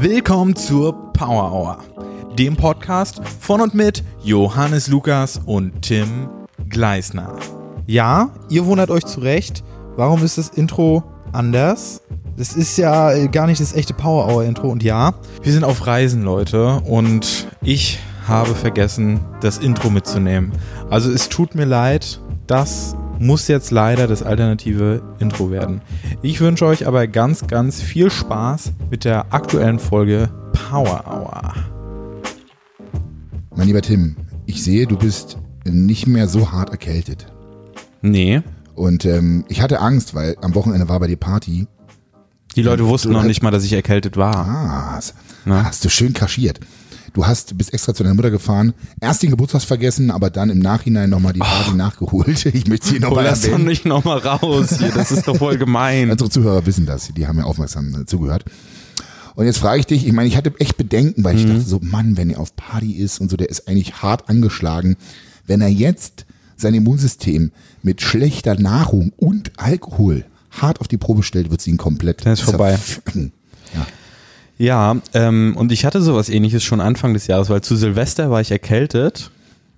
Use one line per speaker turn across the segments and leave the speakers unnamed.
Willkommen zur Power Hour, dem Podcast von und mit Johannes Lukas und Tim Gleisner. Ja, ihr wundert euch zurecht, warum ist das Intro anders? Das ist ja äh, gar nicht das echte Power Hour Intro und ja, wir sind auf Reisen, Leute, und ich habe vergessen, das Intro mitzunehmen. Also es tut mir leid, das muss jetzt leider das alternative Intro werden. Ich wünsche euch aber ganz, ganz viel Spaß mit der aktuellen Folge Power Hour.
Mein lieber Tim, ich sehe, du bist nicht mehr so hart erkältet.
Nee,
Und ähm, ich hatte Angst, weil am Wochenende war bei dir Party.
die Leute wussten
Du-
noch nicht mal, dass ich erkältet war.
Ah, s-
Na?
hast du schön kaschiert. Du hast bist extra zu deiner Mutter gefahren, erst den Geburtstag vergessen, aber dann im Nachhinein nochmal die Party nachgeholt. Ich möchte sie
Oh,
nochmal
lass doch
erwähnen.
nicht nochmal raus hier, das ist doch voll gemein.
Unsere Zuhörer wissen das, die haben ja aufmerksam äh, zugehört. Und jetzt frage ich dich, ich meine, ich hatte echt Bedenken, weil ich
Mhm.
dachte so, Mann, wenn er auf Party ist und so, der ist eigentlich hart angeschlagen. Wenn er jetzt sein Immunsystem mit schlechter Nahrung und Alkohol hart auf die Probe stellt, wird es ihn komplett.
Dann ist vorbei. Ja, ähm, und ich hatte sowas ähnliches schon Anfang des Jahres, weil zu Silvester war ich erkältet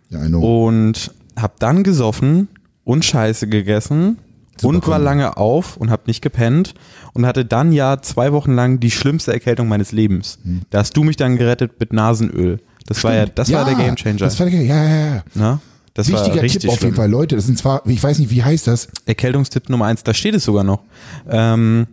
Ja, I know.
Oh, und hab dann gesoffen und Scheiße gegessen und war
Kombi.
lange auf und hab nicht gepennt und hatte dann ja zwei Wochen lang die schlimmste Erkältung meines Lebens.
Hm.
Da hast du mich dann gerettet mit Nasenöl. Das war ja, das war der Gamechanger.
Das war der, ja, ja, ja.
Na? Das war
Wichtiger
richtig
Tipp auf
schlimm.
jeden Fall, Leute. Das sind zwar, ich weiß nicht, wie heißt das?
Erkältungstipp Nummer eins, da steht es sogar noch. Ähm,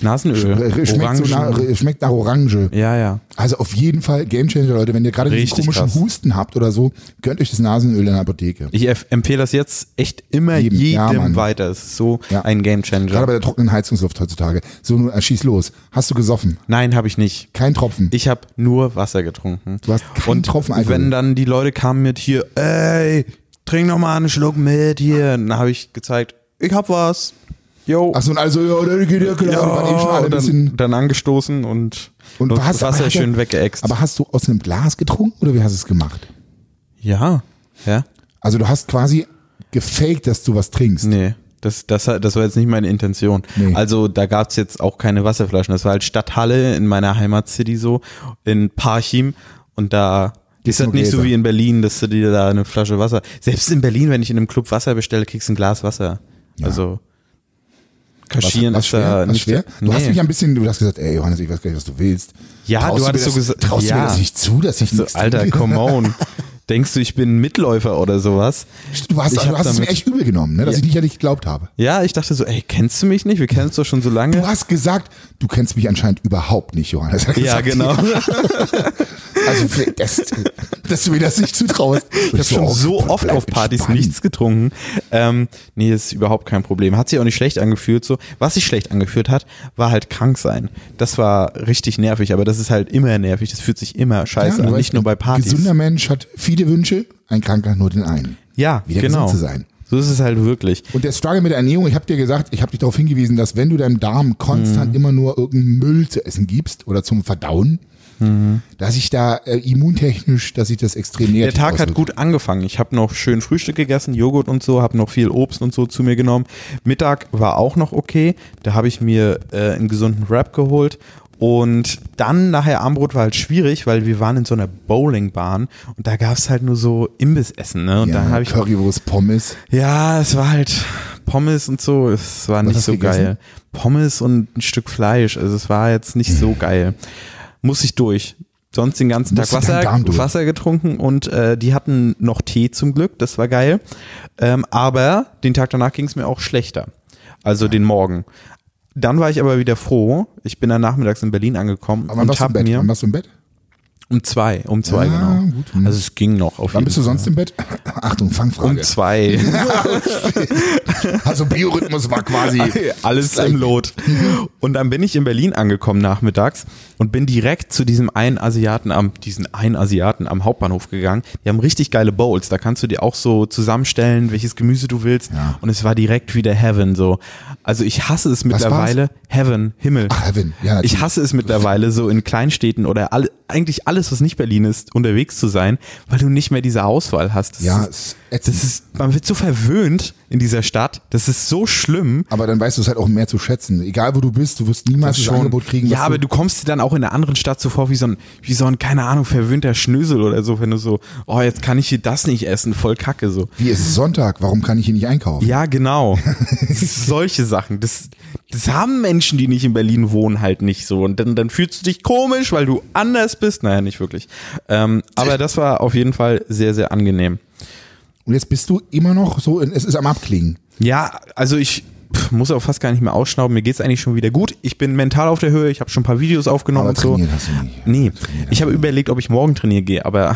Nasenöl,
äh,
Äh,
Schmeckt,
Orangen.
So nach, äh, schmeckt nach Orange.
ja, ja.
Also auf jeden Fall Gamechanger, Leute. Wenn ihr gerade diesen
Richtig
komischen
krass.
Husten habt oder so, gönnt euch das Nasenöl in der Apotheke.
Ich erf- empfehle das jetzt echt immer jedem,
Jedem. Ja, Mann.
weiter. Es ist so
Ja.
ein
Gerade
Gamechanger.
bei der trockenen Heizungsluft heutzutage. So, nun äh, schieß los. Hast du gesoffen?
Nein, habe ich nicht.
Kein Tropfen.
Ich habe nur Wasser getrunken.
Du hast keinen
Und
Tropfen Alkohol.
wenn dann die Leute kamen mit hier, ey, trink noch mal einen Schluck mit hier, dann habe ich gezeigt, ich hab was. Yo.
Ach so, und also, ja, dann geht ja klar.
Ja,
Wir waren eh schon alle ein
und
bisschen.
dann, dann angestoßen und,
Und
das
hast-
Wasser
hast du-
schön weggeext.
Aber hast du aus einem Glas getrunken oder wie hast du es gemacht?
ja, ja,
Also du hast quasi gefaked, dass du was trinkst.
nee. Das, das, das war jetzt nicht meine Intention.
Nee.
Also da gab's jetzt auch keine Wasserflaschen. Das war halt Stadthalle in meiner Heimatcity so, in Parchim. Und da ist das
nur
nicht so
Gläser.
wie in Berlin, dass du dir da eine Flasche Wasser. Selbst in Berlin, wenn ich in einem Club Wasser bestelle, kriegst du ein Glas Wasser. Also kaschieren
was
ist
schwer?
da
Was
nicht.
schwer? Du hast
Nee.
mich ein bisschen, du hast gesagt, ey Johannes, ich weiß gar nicht, was du willst.
Ja,
traust
du hattest
mir das,
so gesa-
Traust du
ja.
mir das nicht zu, dass ich
So,
nichts
Alter,
trinke?
come on. Denkst du, ich bin Mitläufer oder sowas?
Du hast,
Ich hab
du hast es mir
damit-
echt übel genommen, ne, dass
Ja.
ich nicht an dich geglaubt habe.
Ja, ich dachte so, ey, kennst du mich nicht? Wir kennen uns doch schon so lange.
Du hast gesagt, du kennst mich anscheinend überhaupt nicht, Johannes. hat
Ja,
gesagt.
genau.
Also, für das, dass du mir das nicht zutraust.
Ich habe schon so oft auf Partys nichts getrunken. Ähm, nee, ist überhaupt kein Problem. Hat sich auch nicht schlecht angefühlt. So, was sich schlecht angefühlt hat, war halt krank sein. Das war richtig nervig, aber das ist halt immer nervig. Das fühlt sich immer scheiße an, also nicht nur bei Partys.
Gesunder Mensch hat viele Wünsche, ein Kranker nur den einen.
ja,
wieder
genau.
gesund zu sein.
So ist es halt wirklich.
Und der Struggle mit der Ernährung, ich habe dir gesagt, ich habe dich darauf hingewiesen, dass wenn du deinem Darm
Mhm.
konstant immer nur irgendeinen Müll zu essen gibst oder zum Verdauen, dass ich da äh, immuntechnisch, dass ich das extrem
Mhm. Der
negativ
Tag hat
auswirkt.
gut angefangen. Ich habe noch schön Frühstück gegessen, Joghurt und so, habe noch viel Obst und so zu mir genommen. Mittag war auch noch okay. Da habe ich mir äh, einen gesunden Wrap geholt. Und dann nachher Armbrot war halt schwierig, weil wir waren in so einer Bowlingbahn und da gab es halt nur so Imbissessen. Ne? Und
Ja,
dann habe ich,
Currywurst, Pommes.
ja, es war halt Pommes und so. Es war nicht
hast
so
du gegessen?
geil. Pommes und ein Stück Fleisch. Also es war jetzt nicht so
Mhm.
geil. Muss ich durch. Sonst den ganzen Tag
Musst du deinen
Wasser,
Darm durch.
Wasser getrunken und äh, die hatten noch Tee zum Glück. Das war geil. Ähm, aber den Tag danach ging es mir auch schlechter. Also den Morgen. Dann war ich aber wieder froh. Ich bin dann nachmittags in Berlin angekommen
Aber wann
und
warst du im
habe
Bett?
mir
Wann warst du im Bett?
um zwei, um zwei
Ah,
genau.
gut. Hm.
Also es ging noch auf
Wann
jeden
bist du
Fall.
sonst im Bett? Achtung, Fangfrage.
um zwei.
Also Biorhythmus war quasi
Alles im Lot. Und dann bin ich in Berlin angekommen nachmittags und bin direkt zu diesem einen Asiaten am, diesen einen Asiaten am Hauptbahnhof gegangen. Die haben richtig geile Bowls. Da kannst du dir auch so zusammenstellen, welches Gemüse du willst.
Ja.
Und es war direkt wieder Heaven so. Also ich hasse es mittlerweile. Heaven, Himmel.
Ach, Heaven. Ja, natürlich.
ich hasse es mittlerweile, so in Kleinstädten oder all, eigentlich alles, was nicht Berlin ist, unterwegs zu sein, weil du nicht mehr diese Auswahl hast. Das
Ja,
ist,
es
Das ist, man wird so verwöhnt in dieser Stadt. Das ist so schlimm.
Aber dann weißt du es halt auch mehr zu schätzen. Egal wo du bist, du wirst niemals das, Angebot kriegen.
ja,
was
aber du kommst dir dann auch in einer anderen Stadt so vor wie so ein, wie so ein, keine Ahnung, verwöhnter Schnösel oder so, wenn du so, oh, jetzt kann ich hier das nicht essen, voll kacke so.
Wie es ist Sonntag, warum kann ich hier nicht einkaufen?
Ja, genau. Solche Sachen. Das, das haben Menschen, die nicht in Berlin wohnen, halt nicht so. Und dann, dann fühlst du dich komisch, weil du anders bist. Naja, nicht wirklich. Ähm, aber das war auf jeden Fall sehr, sehr angenehm.
Und jetzt bist du immer noch so, in, es ist am Abklingen.
Ja, also ich pff, muss auch fast gar nicht mehr ausschnauben. Mir geht's eigentlich schon wieder gut. Ich bin mental auf der Höhe. Ich habe schon ein paar Videos aufgenommen
Aber
und so.
trainiert hast du
Nee,
nicht.
ich habe überlegt, ob ich morgen trainieren gehe, aber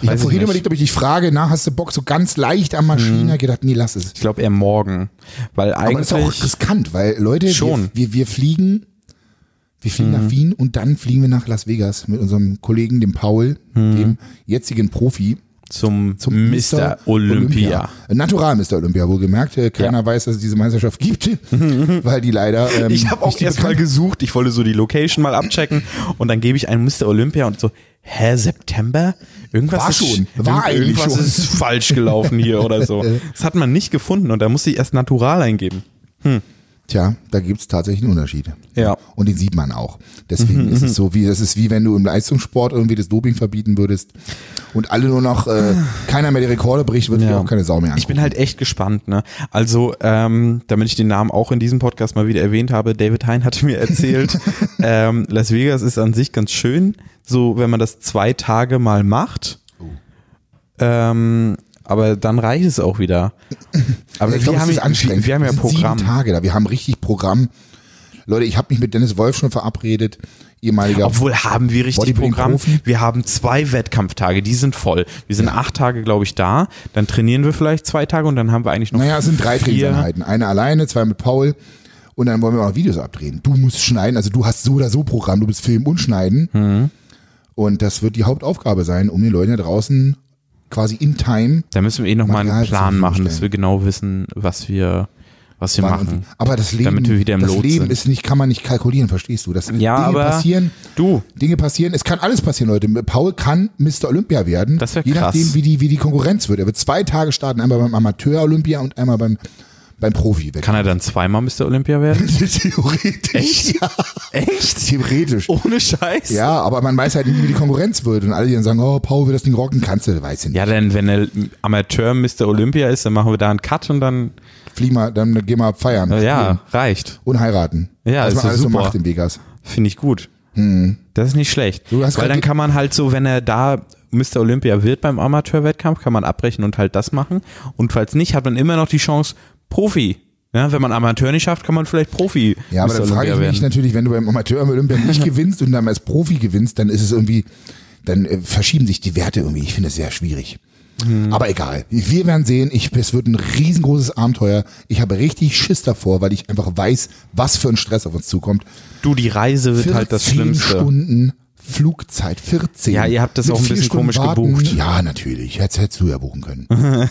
Ich habe
weiß
vorhin
nicht. Mhm.
überlegt, ob ich dich frage, na, hast du Bock so ganz leicht am Maschinen? Ich gedacht, nee, lass es.
ich glaube eher morgen, weil
Aber das
eigentlich
ist auch riskant, weil Leute,
Schon. Mhm.
Wir, wir, wir fliegen, wir fliegen nach Wien und dann fliegen wir nach Las Vegas mit unserem Kollegen, dem Paul,
Mhm.
dem jetzigen Profi.
zum,
zum
Mr. Olympia.
Äh, Natural Mr. Olympia, wohlgemerkt. Äh, Keiner weiß, dass es diese Meisterschaft gibt, weil die leider. Ähm,
Ich habe auch
nicht die
erstmal
bekannt-
gesucht, ich wollte so die Location mal abchecken und dann gebe ich einen Mr. Olympia und so, hä, September? Irgendwas
War
ist,
schon, war
irgend-
eigentlich
irgendwas
schon.
ist falsch gelaufen hier oder so. Das hat man nicht gefunden und da musste ich erst natural eingeben.
Tja, da gibt es tatsächlich einen Unterschied.
Ja.
Und den sieht man auch. Deswegen ist es so wie, das ist wie wenn du im Leistungssport irgendwie das Doping verbieten würdest und alle nur noch, äh, keiner mehr die Rekorde bricht, wird ja.
Ja.
auch keine Sau mehr angucken.
Ich bin halt echt gespannt, ne? Also, ähm, damit ich den Namen auch in diesem Podcast mal wieder erwähnt habe, David Hein hatte mir erzählt, ähm, Las Vegas ist an sich ganz schön, so wenn man das zwei Tage mal macht.
Oh.
Ähm, aber dann reicht es auch wieder. Aber
Ja, ich glaube, es ist anstrengend.
Wir, wir haben ja
sind
Programm.
Sieben Tage da. Wir haben richtig Programm. Leute, ich habe mich mit Dennis Wolf schon verabredet, ehemaliger.
Obwohl haben wir richtig
Bodybuilding
Programm.
Profi.
Wir haben zwei Wettkampftage, die sind voll. Wir sind acht Tage, glaube ich, da. Dann trainieren wir vielleicht zwei Tage und dann haben wir eigentlich noch.
naja, es sind drei
vier-
Trainingseinheiten. Eine alleine, zwei mit Paul. Und dann wollen wir auch noch Videos abdrehen. Du musst schneiden, also du hast so oder so Programm, du bist Film und Schneiden.
Mhm.
Und das wird die Hauptaufgabe sein, um den Leuten da draußen quasi in Time
Da müssen wir eh nochmal einen
Material zur
Plan
Verfügung
machen, dass
stellen.
wir genau wissen, was wir, was wir
wann
machen.
und- Aber das Leben,
Damit wir wieder im
das
Lot
Leben
sind.
ist nicht, kann man nicht kalkulieren, verstehst du? Das
Ja,
Dinge
aber
passieren.
du.
Dinge passieren. Es kann alles passieren, Leute. Paul kann Mr. Olympia werden.
Das wär
Je
krass.
nachdem, wie die, wie die Konkurrenz wird. Er wird zwei Tage starten. Einmal beim Amateur-Olympia und einmal beim, beim profi
Kann er dann zweimal Mr. Olympia werden?
Theoretisch.
Echt?
Ja,
Echt?
theoretisch.
Ohne Scheiß? Ja.
Ja, aber man weiß halt nicht, wie die Konkurrenz wird. Und alle, die dann sagen, oh, Paul wird das Ding rocken, kannst du, weißt du nicht.
Ja, denn wenn er Amateur Mr. Olympia ist, dann machen wir da einen Cut und dann,
Flieg mal, dann geh mal feiern.
na ja, reicht.
Und heiraten.
Ja,
Was
ist
man
doch
alles so
super.
macht in Vegas.
Finde ich gut. Das ist nicht schlecht.
Hm. Du hast
Weil
grad
dann
die-
kann man halt so, wenn er da Mr. Olympia wird beim Amateurwettkampf, kann man abbrechen und halt das machen. Und falls nicht, hat man immer noch die Chance, Profi. Ja, wenn man Amateur nicht schafft, kann man vielleicht Profi
Ja, aber
Mr.
dann frage ich
Olympia
mich
werden.
natürlich, wenn du beim Amateur Olympia nicht gewinnst und dann als Profi gewinnst, dann ist es irgendwie, dann äh, verschieben sich die Werte irgendwie. Ich finde es sehr schwierig.
Hm.
Aber egal. Wir werden sehen. Ich, es wird ein riesengroßes Abenteuer. Ich habe richtig Schiss davor, weil ich einfach weiß, was für ein Stress auf uns zukommt.
Du, die Reise wird halt das
14
Schlimmste.
Stunden Flugzeit, 14.
Ja, ihr habt das
Mit
auch ein
vier
bisschen
Stunden
komisch gebucht.
Ja, natürlich. Hättest, hättest du ja buchen können. ja,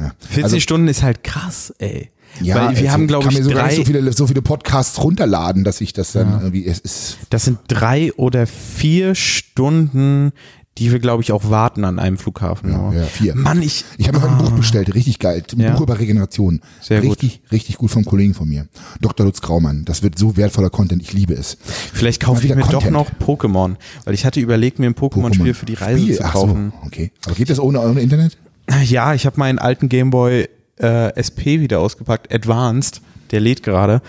ja.
14
Also-
Stunden ist halt krass, ey.
Ja,
Weil wir
also
haben, glaube
kann
ich,
mir sogar
drei,
nicht so viele, so viele Podcasts runterladen, dass ich das dann irgendwie, es ist
das sind drei oder vier Stunden, die wir, glaube ich, auch warten an einem Flughafen. Aber-
ja, vier.
Mann, ich,
Ich habe noch ein Buch bestellt, richtig geil. Ein
Ah. Ja.
Buch über Regeneration.
Sehr gut.
richtig, richtig gut vom Kollegen von mir. Dr. Lutz Graumann. Das wird so wertvoller Content, ich liebe es.
vielleicht kaufe ich
wieder
mir doch
Content.
noch Pokémon, weil ich hatte überlegt, mir ein Pokémon-Spiel für die Reise
Spiel,
zu
ach so,
kaufen.
okay. Aber geht das ohne, ohne Internet?
Ja, ich habe meinen alten Gameboy äh, SP wieder ausgepackt, Advanced, der lädt gerade.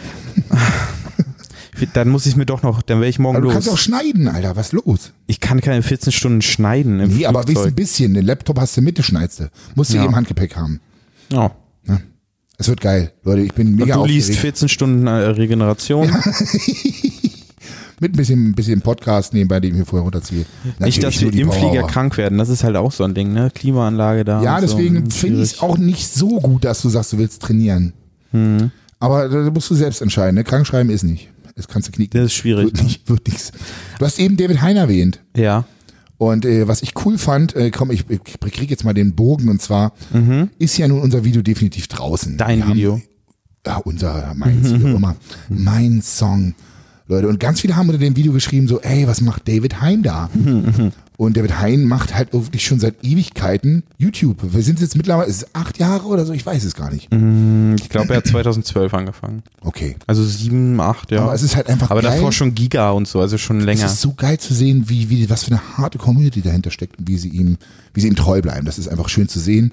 dann muss ich mir doch noch, dann wäre ich morgen
Aber du kannst auch
los.
schneiden, Alter, was ist los?
Ich kann keine 14 Stunden schneiden im
Nee, aber wenigstens
Flugzeug.
ein bisschen. Den Laptop hast du mit, schneidest du. Musst du
Ja.
eben Handgepäck haben.
Ja.
Es wird geil. Leute, ich bin mega
du liest
aufgeregt.
14 Stunden äh, Regeneration.
Mit ein bisschen, ein bisschen Podcast nebenbei, den ich mir vorher runterziehe.
Nicht, dass
Natürlich
wir
nur die
im
Power
Flieger
Hour.
krank werden. Das ist halt auch so ein Ding, ne? Klimaanlage da.
Ja,
und
deswegen
so. hm,
finde ich es auch nicht so gut, dass du sagst, du willst trainieren.
Hm.
Aber da musst du selbst entscheiden. Ne? Krankschreiben ist nicht. Das kannst du knicken.
Das ist schwierig. ne?
Wird, nicht, wird nichts. Du hast eben David Hein erwähnt.
Ja.
Und äh, was ich cool fand, äh, komm, ich, ich krieg jetzt mal den Bogen und zwar ist ja nun unser Video definitiv draußen.
Mhm. Dein Mhm.
Wir haben-
Video.
ja, unser, meins, wie auch immer. Mein Song. Leute. Und ganz viele haben unter dem Video geschrieben, so, ey, was macht David Hein da?
Mhm,
Und David Hein macht halt wirklich schon seit Ewigkeiten YouTube. Wir sind jetzt mittlerweile, ist es acht Jahre oder so? Ich weiß es gar nicht.
Mhm. Ich glaube, er hat 2012 angefangen.
Okay.
Also sieben, acht, ja.
Aber es ist halt einfach
Aber
geil.
davor schon Giga und so, also schon länger.
Es ist so geil zu sehen, wie, wie, was für eine harte Community dahinter steckt und wie sie ihm, wie sie ihm treu bleiben. Das ist einfach schön zu sehen.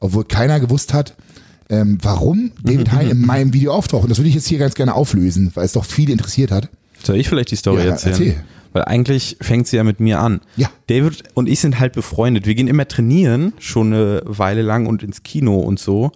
Obwohl keiner gewusst hat, ähm, warum David Hein in meinem Video auftaucht. Und das würde ich jetzt hier ganz gerne auflösen, weil es doch viele interessiert hat.
Soll ich vielleicht die Story
Ja,
erzählen?
erzähl.
Weil eigentlich fängt sie ja mit mir an.
Ja.
David und ich sind halt befreundet. Wir gehen immer trainieren, schon eine Weile lang und ins Kino und so.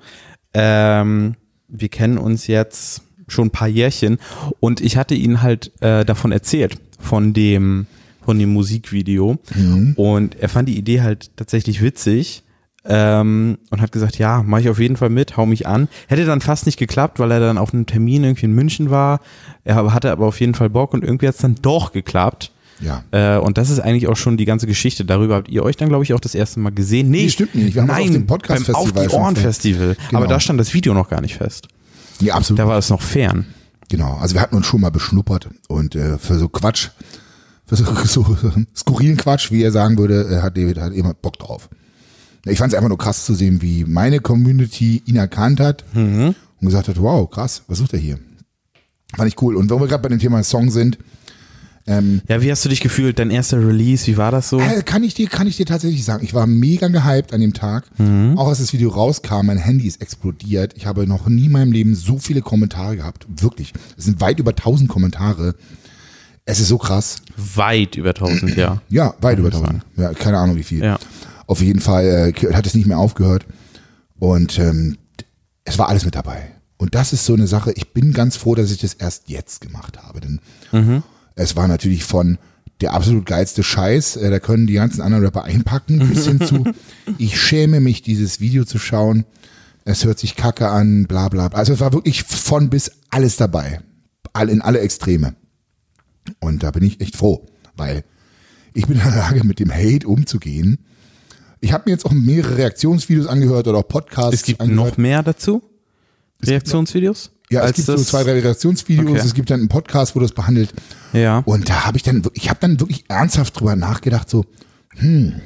Ähm, wir kennen uns jetzt schon ein paar Jährchen und ich hatte ihn halt äh, davon erzählt, von dem, von dem Musikvideo.
Mhm.
Und er fand die Idee halt tatsächlich witzig. Ähm, und hat gesagt, ja, mache ich auf jeden Fall mit, hau mich an. Hätte dann fast nicht geklappt, weil er dann auf einem Termin irgendwie in München war. Er hab- hatte aber auf jeden Fall Bock und irgendwie hat es dann doch geklappt.
Ja.
Äh, und das ist eigentlich auch schon die ganze Geschichte. Darüber habt ihr euch dann, glaube ich, auch das erste Mal gesehen. Nee,
Nee, stimmt nicht. Wir haben uns
nein,
auf dem Podcast-Festival
beim Auf die
schon
Ohren Festival.
Genau.
Aber da stand das Video noch gar nicht fest.
Ja, absolut.
Da war es noch fern.
Genau, also wir hatten uns schon mal beschnuppert und äh, für so Quatsch, für so, so skurrilen Quatsch, wie er sagen würde, äh, hat David halt immer Bock drauf. Ich fand es einfach nur krass zu sehen, wie meine Community ihn erkannt hat und gesagt hat, wow, krass, was sucht er hier? Fand ich cool. Und wenn wir gerade bei dem Thema Song sind,
Ja, wie hast du dich gefühlt? Dein erster Release, wie war das so?
äh, kann ich dir, kann ich dir tatsächlich sagen, ich war mega gehypt an dem Tag. Auch als das Video rauskam, mein Handy ist explodiert. Ich habe noch nie in meinem Leben so viele Kommentare gehabt. Wirklich. Es sind weit über 1000 Kommentare. Es ist so krass.
Weit über 1000, ja.
Ja, weit über 1000. Ja, keine Ahnung wie viel.
Ja.
Auf jeden Fall äh, hat es nicht mehr aufgehört. Und ähm, es war alles mit dabei. Und das ist so eine Sache, ich bin ganz froh, dass ich das erst jetzt gemacht habe. Denn es war natürlich von der absolut geilste Scheiß, äh, da können die ganzen anderen Rapper einpacken, bis hin zu, ich schäme mich, dieses Video zu schauen. Es hört sich kacke an, bla bla. bla. Also es war wirklich von bis alles dabei. All, in alle Extreme. Und da bin ich echt froh, weil ich bin in der Lage, mit dem Hate umzugehen. Ich habe mir jetzt auch mehrere Reaktionsvideos angehört oder auch Podcasts.
Es gibt
angehört.
noch mehr dazu? Reaktionsvideos?
Ja, es
Als
gibt so
das-
zwei, drei Reaktionsvideos,
Okay.
es gibt dann einen Podcast, wo das behandelt.
Ja.
Und da habe ich dann, wir- ich habe dann wirklich ernsthaft drüber nachgedacht, so, hm,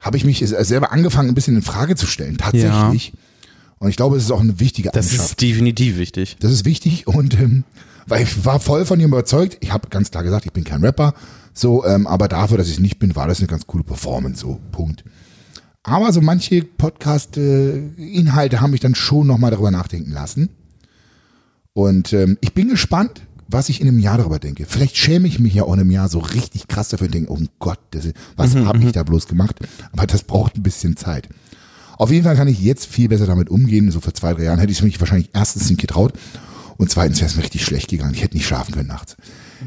habe ich mich selber angefangen, ein bisschen in Frage zu stellen, tatsächlich. Und ich glaube, es ist auch eine wichtige
Das
Eigenschaft.
ist definitiv wichtig.
Das ist wichtig und ähm, weil ich war voll von ihm überzeugt. Ich habe ganz klar gesagt, ich bin kein Rapper, so, ähm, aber dafür, dass ich es nicht bin, war das eine ganz coole Performance, so Punkt. Aber so manche Podcast-Inhalte haben mich dann schon nochmal darüber nachdenken lassen. Und ähm, ich bin gespannt, was ich in einem Jahr darüber denke. Vielleicht schäme ich mich ja auch in einem Jahr so richtig krass dafür und denke, oh Gott, das, ist- was habe ich da bloß gemacht? Aber das braucht ein bisschen Zeit. Auf jeden Fall kann ich jetzt viel besser damit umgehen. So vor zwei, drei Jahren hätte ich es mich wahrscheinlich erstens nicht getraut und zweitens wäre es mir richtig schlecht gegangen. Ich hätte nicht schlafen können nachts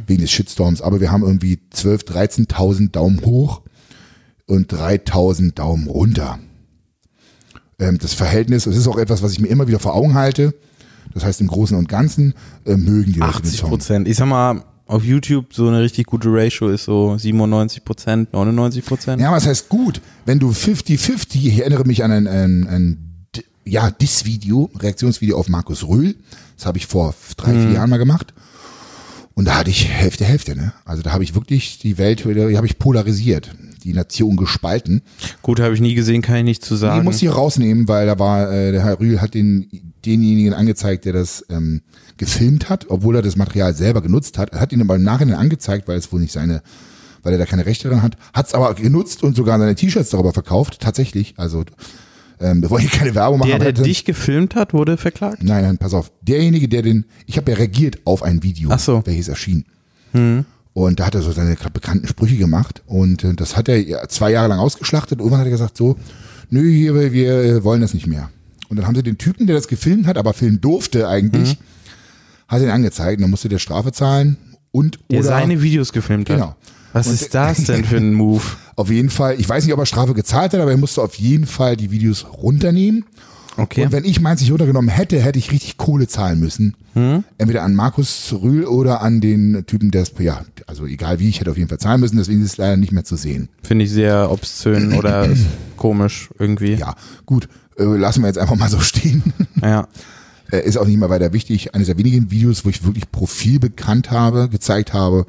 wegen des Shitstorms. Aber wir haben irgendwie 12, 13.000 Daumen hoch und 3.000 Daumen runter. Ähm, das Verhältnis, es ist auch etwas, was ich mir immer wieder vor Augen halte. Das heißt, im Großen und Ganzen äh, mögen die Leute den
80
Song.
Prozent. Ich sag mal, auf YouTube so eine richtig gute Ratio ist so 97 Prozent, 99 Prozent.
Ja, was heißt gut? Wenn du 50-50, ich erinnere mich an ein, ein, ein D- ja, Diss-Video, Reaktionsvideo auf Markus Rühl. Das habe ich vor drei, vier Jahren mal gemacht. Und da hatte ich Hälfte, Hälfte, ne? Also da habe ich wirklich die Welt, da habe ich polarisiert, die Nation gespalten.
Gut, habe ich nie gesehen, kann ich nicht zu
Die
sagen.
muss ich rausnehmen, weil da war, äh, der Herr Rühl hat den, denjenigen angezeigt, der das ähm, gefilmt hat, obwohl er das Material selber genutzt hat. Er hat ihn aber im Nachhinein angezeigt, weil es wohl nicht seine, weil er da keine Rechte dran hat. Hat es aber genutzt und sogar seine T-Shirts darüber verkauft, tatsächlich. Also ähm, wir wollen hier keine Werbung machen.
der,
aber
der
er hat-
dich gefilmt hat, wurde verklagt?
Nein, nein, pass auf. Derjenige, der den, ich habe ja reagiert auf ein Video,
Ach so. Hm.
welches erschien. Und da hat er so seine bekannten Sprüche gemacht und äh, das hat er ja zwei Jahre lang ausgeschlachtet. Irgendwann hat er gesagt so, nö, hier, wir- wir äh, wollen das nicht mehr. Und dann haben sie den Typen, der das gefilmt hat, aber filmen durfte eigentlich,
Mhm.
hat ihn angezeigt und dann musste der Strafe zahlen und
Der
oder
seine Videos gefilmt hat.
Genau.
Was
Und-
ist das denn für ein Move?
auf jeden Fall, ich weiß nicht, ob er Strafe gezahlt hat, aber er musste auf jeden Fall die Videos runternehmen.
Okay.
Und wenn ich meins nicht runtergenommen hätte, hätte ich richtig Kohle zahlen müssen. Entweder an Markus Rühl oder an den Typen, der es, ja, also egal wie, ich hätte auf jeden Fall zahlen müssen, deswegen ist es leider nicht mehr zu sehen.
Finde ich sehr obszön oder ist komisch irgendwie.
Ja, gut, äh, lassen wir jetzt einfach mal so stehen.
Ja.
Äh, ist auch nicht mehr weiter wichtig. Eines der wenigen Videos, wo ich wirklich Profil bekannt habe, gezeigt habe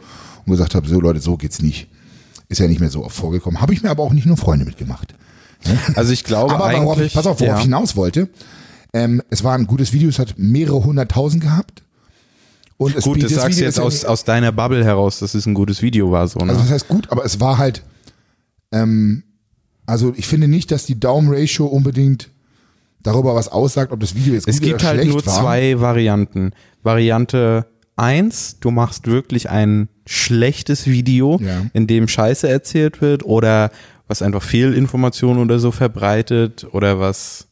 und gesagt habe, so Leute, so geht's nicht. Ist ja nicht mehr so oft vorgekommen. Habe ich mir aber auch nicht nur Freunde mitgemacht.
Also ich glaube
Aber
eigentlich,
worauf ich, pass auf, worauf
ja.
ich hinaus wollte. Ähm, es war ein gutes Video, es hat mehrere hunderttausend gehabt. Und es
Gut, das
dieses
sagst du
Video
jetzt
ist ja
aus,
nicht-
aus deiner Bubble heraus, dass es ein gutes Video war, so, ne?
Also das heißt gut, aber es war halt, ähm, also ich finde nicht, dass die Daumen-Ratio unbedingt darüber was aussagt, ob das Video jetzt
es
gut
gibt
oder
halt
schlecht
nur
war.
zwei Varianten. Variante eins: du machst wirklich ein schlechtes Video,
Ja.
in dem Scheiße erzählt wird oder was einfach Fehlinformationen oder so verbreitet oder was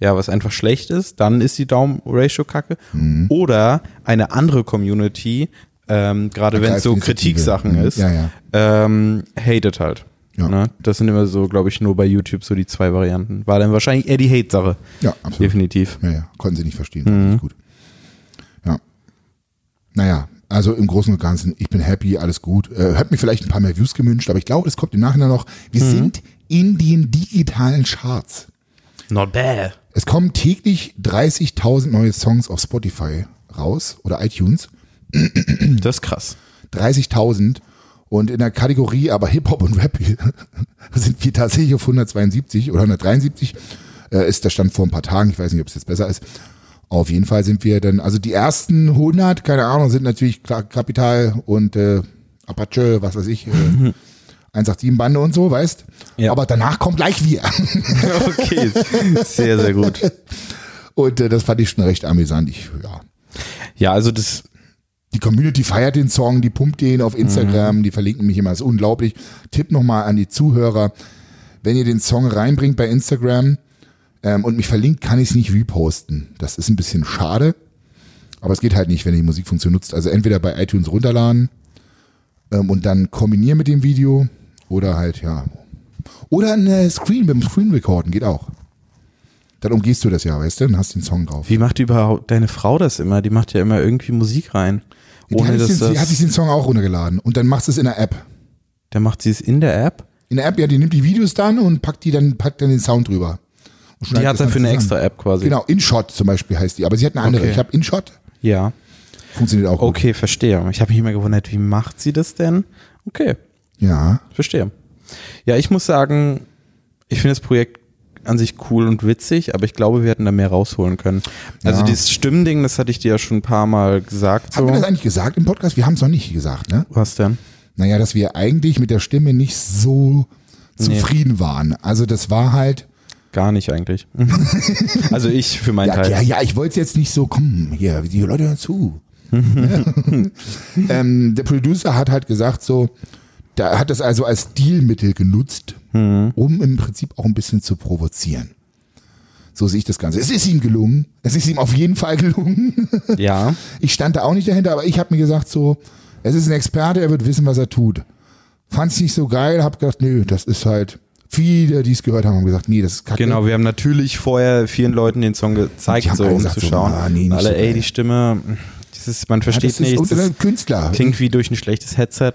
ja, was einfach schlecht ist, dann ist die Daumen-Ratio kacke.
Mhm.
Oder eine andere Community, ähm, gerade wenn es so
Ergreifende Initiative.
Kritiksachen
Mhm.
ist,
Ja, ja.
Ähm, hated halt.
Ja.
Ne? Das sind immer so, glaube ich, nur bei YouTube so die zwei Varianten. War dann wahrscheinlich eher die Hate-Sache.
Ja, absolut.
Definitiv.
Ja, ja, konnten sie nicht verstehen. fand ich Gut. Ja. Naja, also im Großen und Ganzen, ich bin happy, alles gut. Äh, hätte mir vielleicht ein paar mehr Views gewünscht, aber ich glaube, es kommt im Nachhinein noch. Wir sind in den digitalen Charts.
Not bad.
Es kommen täglich 30.000 neue Songs auf Spotify raus oder iTunes.
Das ist krass.
30.000. Und in der Kategorie aber Hip-Hop und Rap sind wir tatsächlich auf 172 oder 173. Äh, ist der Stand vor ein paar Tagen. Ich weiß nicht, ob es jetzt besser ist. Auf jeden Fall sind wir dann, also die ersten 100, keine Ahnung, sind natürlich klar Kapital und äh, Apache, was weiß ich, äh, 187-Bande und so, weißt.
Ja.
Aber danach kommt gleich wir.
Okay, sehr, sehr gut.
Und äh, das fand ich schon recht amüsant. Ich, ja,
Ja, also das,
Die Community feiert den Song, die pumpt den
Mhm.
auf Instagram, die verlinken mich immer, ist unglaublich. Tipp nochmal an die Zuhörer, wenn ihr den Song reinbringt bei Instagram ähm, und mich verlinkt, kann ich es nicht reposten. Das ist ein bisschen schade, aber es geht halt nicht, wenn ihr die Musikfunktion nutzt. Also entweder bei iTunes runterladen ähm, und dann kombinieren mit dem Video oder halt, ja. Oder ein äh, Screen, beim Screen recorden geht auch. Dann umgehst du das ja, weißt du, und hast den Song drauf.
wie macht überhaupt deine Frau das immer? Die macht ja immer irgendwie Musik rein.
Die
Ohne
hat,
dass
sich den, die hat sich
das,
den Song auch runtergeladen und dann machst du es in der App.
da macht sie es in der App.
In der App, ja, die nimmt die Videos dann und packt die dann, packt dann den Sound drüber. Und
Die
schneidet
hat
das
dafür eine
zusammen.
extra App quasi.
Genau, InShot zum Beispiel heißt die, aber sie hat eine andere.
Okay.
Ich habe InShot,
Ja.
funktioniert auch gut.
Okay, verstehe. Ich habe mich immer gewundert, wie macht sie das denn? Okay,
Ja,
verstehe. Ja, ich muss sagen, ich finde das Projekt an sich cool und witzig, aber ich glaube, wir hätten da mehr rausholen können. Also
Ja.
dieses Stimmding, das hatte ich dir ja schon ein paar Mal gesagt.
haben wir das
So.
eigentlich gesagt im Podcast? Wir haben es noch nicht gesagt, ne?
Was denn?
Naja, dass wir eigentlich mit der Stimme nicht so zufrieden waren. Also das war halt,
Gar nicht eigentlich. also ich für meinen
ja,
Teil.
ja, ja, ich wollte es jetzt nicht so, komm, hier, die Leute hören zu. ähm, der Producer hat halt gesagt so, da hat das also als Stilmittel genutzt,
Mhm.
um im Prinzip auch ein bisschen zu provozieren. So sehe ich das Ganze. Es ist ihm gelungen. Es ist ihm auf jeden Fall gelungen.
Ja.
Ich stand da auch nicht dahinter, aber ich habe mir gesagt so, es ist ein Experte, er wird wissen, was er tut. Fand es nicht so geil, habe gedacht, nö, das ist halt, viele, die es gehört haben, haben gesagt, nee, das ist kacke.
Genau, wir haben natürlich vorher vielen Leuten den Song gezeigt,
Die haben
so
alle
um
gesagt
zu
so,
schauen.
ah, nee,
Und
nicht
alle,
so
ey,
geil.
die Stimme, dieses, man
Ja, das
versteht
ist
nichts.
unter
Das
Künstler.
klingt wie durch ein schlechtes Headset.